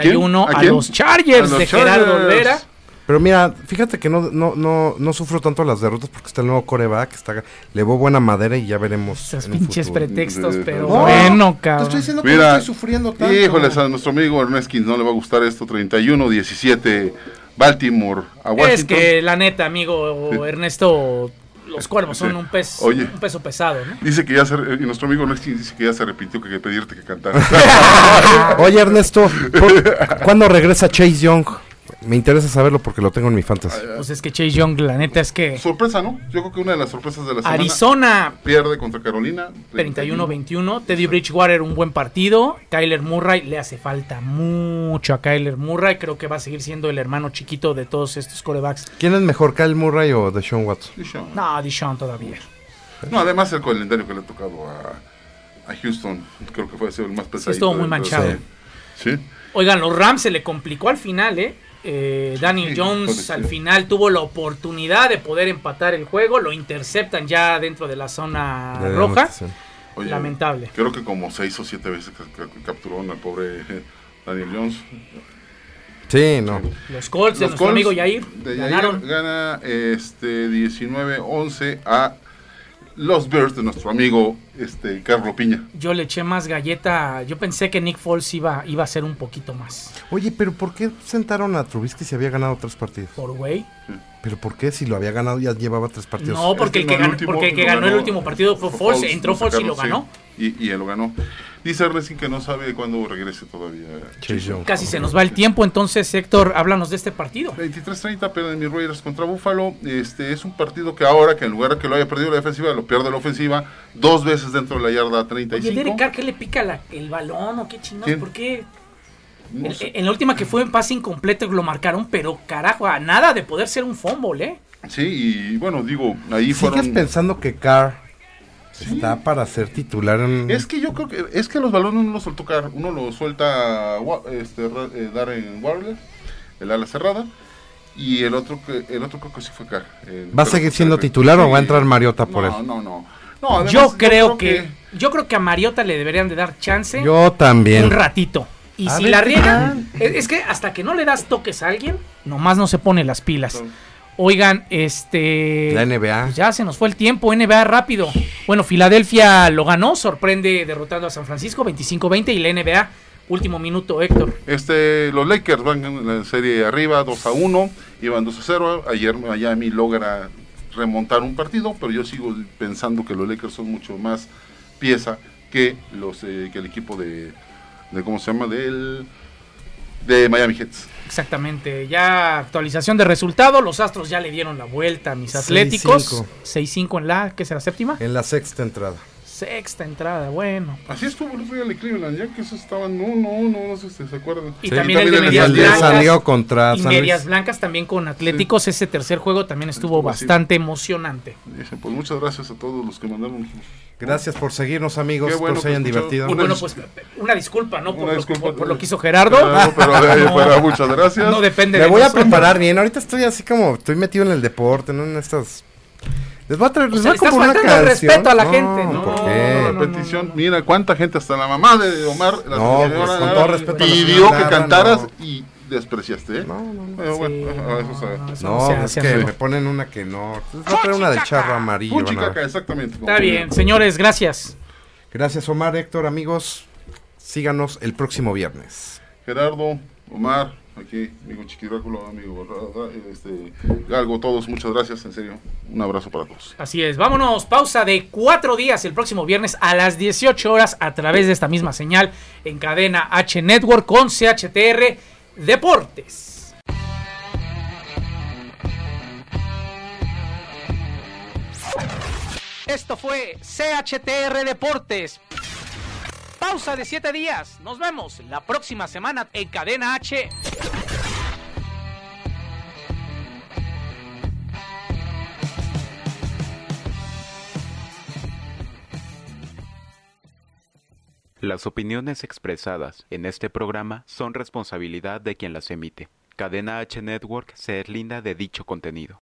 Speaker 3: ¿A quién?
Speaker 2: a,
Speaker 3: ¿A quién?
Speaker 2: los Chargers
Speaker 3: A los
Speaker 2: de Gerardo
Speaker 3: Chargers.
Speaker 2: Olvera.
Speaker 4: Pero mira, fíjate que no, no, no, no sufro tanto las derrotas porque está el nuevo coreback, está, le voy buena madera y ya veremos.
Speaker 2: Esos
Speaker 4: en un
Speaker 2: pinches
Speaker 4: futuro.
Speaker 2: pretextos,
Speaker 3: Sí,
Speaker 2: pero
Speaker 3: no,
Speaker 2: bueno, cabrón.
Speaker 4: diciendo
Speaker 3: Mira,
Speaker 4: sufriendo
Speaker 3: híjoles, a nuestro amigo Ernestkin no le va a gustar esto. 31-17 Baltimore a Washington.
Speaker 2: Es que la neta, amigo Ernesto, los cuervos son
Speaker 3: Sí.
Speaker 2: un, pez,
Speaker 3: Oye.
Speaker 2: un peso pesado, ¿no?
Speaker 3: Dice que ya se, re- y nuestro amigo Ernestkin dice que ya se arrepintió que, que pedirte que
Speaker 2: <laughs>
Speaker 3: cantara.
Speaker 4: Oye Ernesto, ¿por- ¿cuándo regresa Chase Young? Me interesa saberlo porque lo tengo en mi fantasy.
Speaker 2: Pues es que Chase Young, la neta es que
Speaker 3: Sorpresa, ¿no? Yo creo que una de las sorpresas de la semana.
Speaker 2: Arizona
Speaker 3: Pierde contra Carolina.
Speaker 2: 31-21, Teddy Bridgewater un buen partido, Kyler Murray le hace falta mucho a Kyler Murray, creo que va a seguir siendo el hermano chiquito de todos estos corebacks.
Speaker 4: ¿Quién es mejor, Kyle Murray o Deshaun Watson?
Speaker 2: No, Dishon todavía.
Speaker 3: No, además el calendario que le ha tocado a, a Houston, creo que fue ha sido el más pesado.
Speaker 2: estuvo muy manchado.
Speaker 3: Sí.
Speaker 2: Oigan, los Rams se le complicó al final, ¿eh? Eh, Daniel
Speaker 3: Sí,
Speaker 2: Jones
Speaker 3: pobrecito.
Speaker 2: al final tuvo la oportunidad de poder empatar el juego, lo interceptan ya dentro de la zona
Speaker 4: De
Speaker 2: roja.
Speaker 4: anotación.
Speaker 3: Oye,
Speaker 2: Lamentable.
Speaker 3: eh, Creo que como seis o siete veces ca- ca- capturaron al pobre Daniel Jones.
Speaker 4: Sí, no.
Speaker 2: Los Colts de nuestro amigo Yair
Speaker 3: de
Speaker 2: ganaron.
Speaker 3: gana este 19-11 a los Bears de nuestro amigo este Carlo Piña.
Speaker 2: Yo le eché más galleta. Yo pensé que Nick Foles iba, iba a ser un poquito más.
Speaker 4: Oye, pero ¿por qué sentaron a Trubisky si había ganado tres partidos?
Speaker 2: Por güey.
Speaker 4: ¿Pero por qué si lo había ganado ya llevaba tres partidos?
Speaker 2: No,
Speaker 3: Este
Speaker 2: porque el que, ganó, porque el, que ganó el último partido fue Foles. Entró Foles y lo ganó.
Speaker 3: Y, y él lo ganó. Dice Racing que no sabe cuándo regrese todavía. Chicho.
Speaker 2: Casi se nos va el tiempo. Entonces, Héctor, háblanos de este partido.
Speaker 3: 23-30 pierden mis Raiders contra Buffalo. Este es un partido que ahora, que en lugar de que lo haya perdido la defensiva, lo pierde la ofensiva dos veces dentro de la yarda
Speaker 2: Oye,
Speaker 3: 35.
Speaker 2: Derek Carr, ¿qué le pica la- el balón o qué chingados?
Speaker 3: ¿Quién?
Speaker 2: ¿Por qué?
Speaker 3: No
Speaker 2: En-
Speaker 3: sé.
Speaker 2: en la última que fue en pase incompleto lo marcaron, pero carajo, a nada de poder ser un fumble, ¿eh?
Speaker 3: Sí, y bueno, digo, ahí
Speaker 4: ¿Sigues
Speaker 3: fueron.
Speaker 4: pensando que Carr está para ser titular en...
Speaker 3: Es que yo creo que es que los balones no los suelta tocar, uno lo suelta Wa- este, Ra- eh, Darren Waller, el ala cerrada, y el otro que el otro creo que sí fue Carr. el-
Speaker 4: ¿Va a
Speaker 3: pero-
Speaker 4: seguir siendo titular o va a entrar Mariota por
Speaker 3: no,
Speaker 4: él?
Speaker 3: no, no. No, además,
Speaker 2: yo creo que, yo creo que a Mariota le deberían de dar chance.
Speaker 4: Yo también.
Speaker 2: Un ratito. Y
Speaker 4: A
Speaker 2: si
Speaker 4: ver
Speaker 2: la
Speaker 4: qué
Speaker 2: riega, es, es que hasta que no le das toques a alguien, nomás no se pone las pilas. Oigan, este
Speaker 4: La NBA.
Speaker 2: pues ya se nos fue el tiempo, NBA rápido. Bueno, Filadelfia lo ganó, sorprende derrotando a San Francisco 25-20 y la NBA último minuto, Héctor.
Speaker 3: Este, los Lakers van en la serie arriba 2 a 1, iban 2 a 0. Ayer Miami logra remontar un partido, pero yo sigo pensando que los Lakers son mucho más pieza que los eh, que el equipo de, de cómo se llama del de Miami Heats.
Speaker 2: Exactamente, ya actualización de resultado, los Astros ya le dieron la vuelta a mis Atléticos.
Speaker 4: 6-5.
Speaker 2: 6-5 en la, ¿qué será? ¿Séptima?
Speaker 4: En la sexta entrada.
Speaker 2: Sexta entrada, bueno.
Speaker 3: Así estuvo el otro día el de Cleveland, ya que esos estaban 1 1, no sé si se acuerdan.
Speaker 2: Y también el de Medias
Speaker 4: el de
Speaker 2: Blancas.
Speaker 4: San Diego contra
Speaker 2: y
Speaker 4: San Luis.
Speaker 2: Medias Blancas también con Atléticos. Ese tercer juego también estuvo
Speaker 3: Estuvo así.
Speaker 2: bastante emocionante.
Speaker 3: Dice, pues muchas gracias a todos los que mandaron.
Speaker 4: Gracias por seguirnos, amigos.
Speaker 3: Qué bueno
Speaker 4: Espero se hayan
Speaker 3: que escucharon.
Speaker 4: divertido.
Speaker 2: Y bueno, pues una disculpa, ¿no? Por,
Speaker 3: Una
Speaker 2: lo,
Speaker 3: disculpa.
Speaker 2: por- por lo que hizo Gerardo.
Speaker 3: Claro,
Speaker 2: <laughs>
Speaker 3: pero, eh, pero muchas gracias.
Speaker 2: No depende
Speaker 4: Me
Speaker 2: de
Speaker 4: voy a
Speaker 2: nosotros.
Speaker 4: preparar bien. Ahorita estoy así como, estoy metido en el deporte, no en estas. Les voy a traer,
Speaker 2: O
Speaker 4: les
Speaker 2: sea,
Speaker 4: voy a
Speaker 2: le estás
Speaker 4: componer una
Speaker 2: faltando el
Speaker 4: canción.
Speaker 2: respeto a la
Speaker 4: No,
Speaker 2: gente, ¿no?
Speaker 4: ¿por
Speaker 3: No,
Speaker 4: qué?
Speaker 3: repetición. Eh, Mira cuánta gente, hasta la mamá de Omar, la
Speaker 4: No,
Speaker 3: señora
Speaker 4: pues, con
Speaker 3: Lara,
Speaker 4: todo respeto a la
Speaker 3: pidió
Speaker 4: señora
Speaker 3: que
Speaker 4: Lara,
Speaker 3: cantaras
Speaker 4: no.
Speaker 3: y despreciaste. ¿eh? Eh,
Speaker 2: Sí,
Speaker 3: bueno, ajá, eso sabe.
Speaker 4: No, pues
Speaker 2: se
Speaker 4: es
Speaker 2: hace,
Speaker 4: que
Speaker 2: amigo.
Speaker 4: me ponen una que no. Les voy a traer una de charro amarillo. van a ver.
Speaker 3: Puchicaca, exactamente.
Speaker 2: Está bien, señores, gracias.
Speaker 4: Gracias, Omar, Héctor, amigos. Síganos el próximo viernes.
Speaker 3: Gerardo, Omar, aquí, amigo Chiquiráculo, amigo Ra- Ra- este, Galgo, todos, muchas gracias, en serio. Un abrazo para todos.
Speaker 2: Así es, vámonos, pausa de cuatro días el próximo viernes a las 18 horas a través de esta misma señal en cadena H Network con CHTR Deportes. Esto fue CHTR Deportes. Pausa de 7 días. Nos vemos la próxima semana en Cadena H.
Speaker 7: Las opiniones expresadas en este programa son responsabilidad de quien las emite. Cadena H Network se linda de dicho contenido.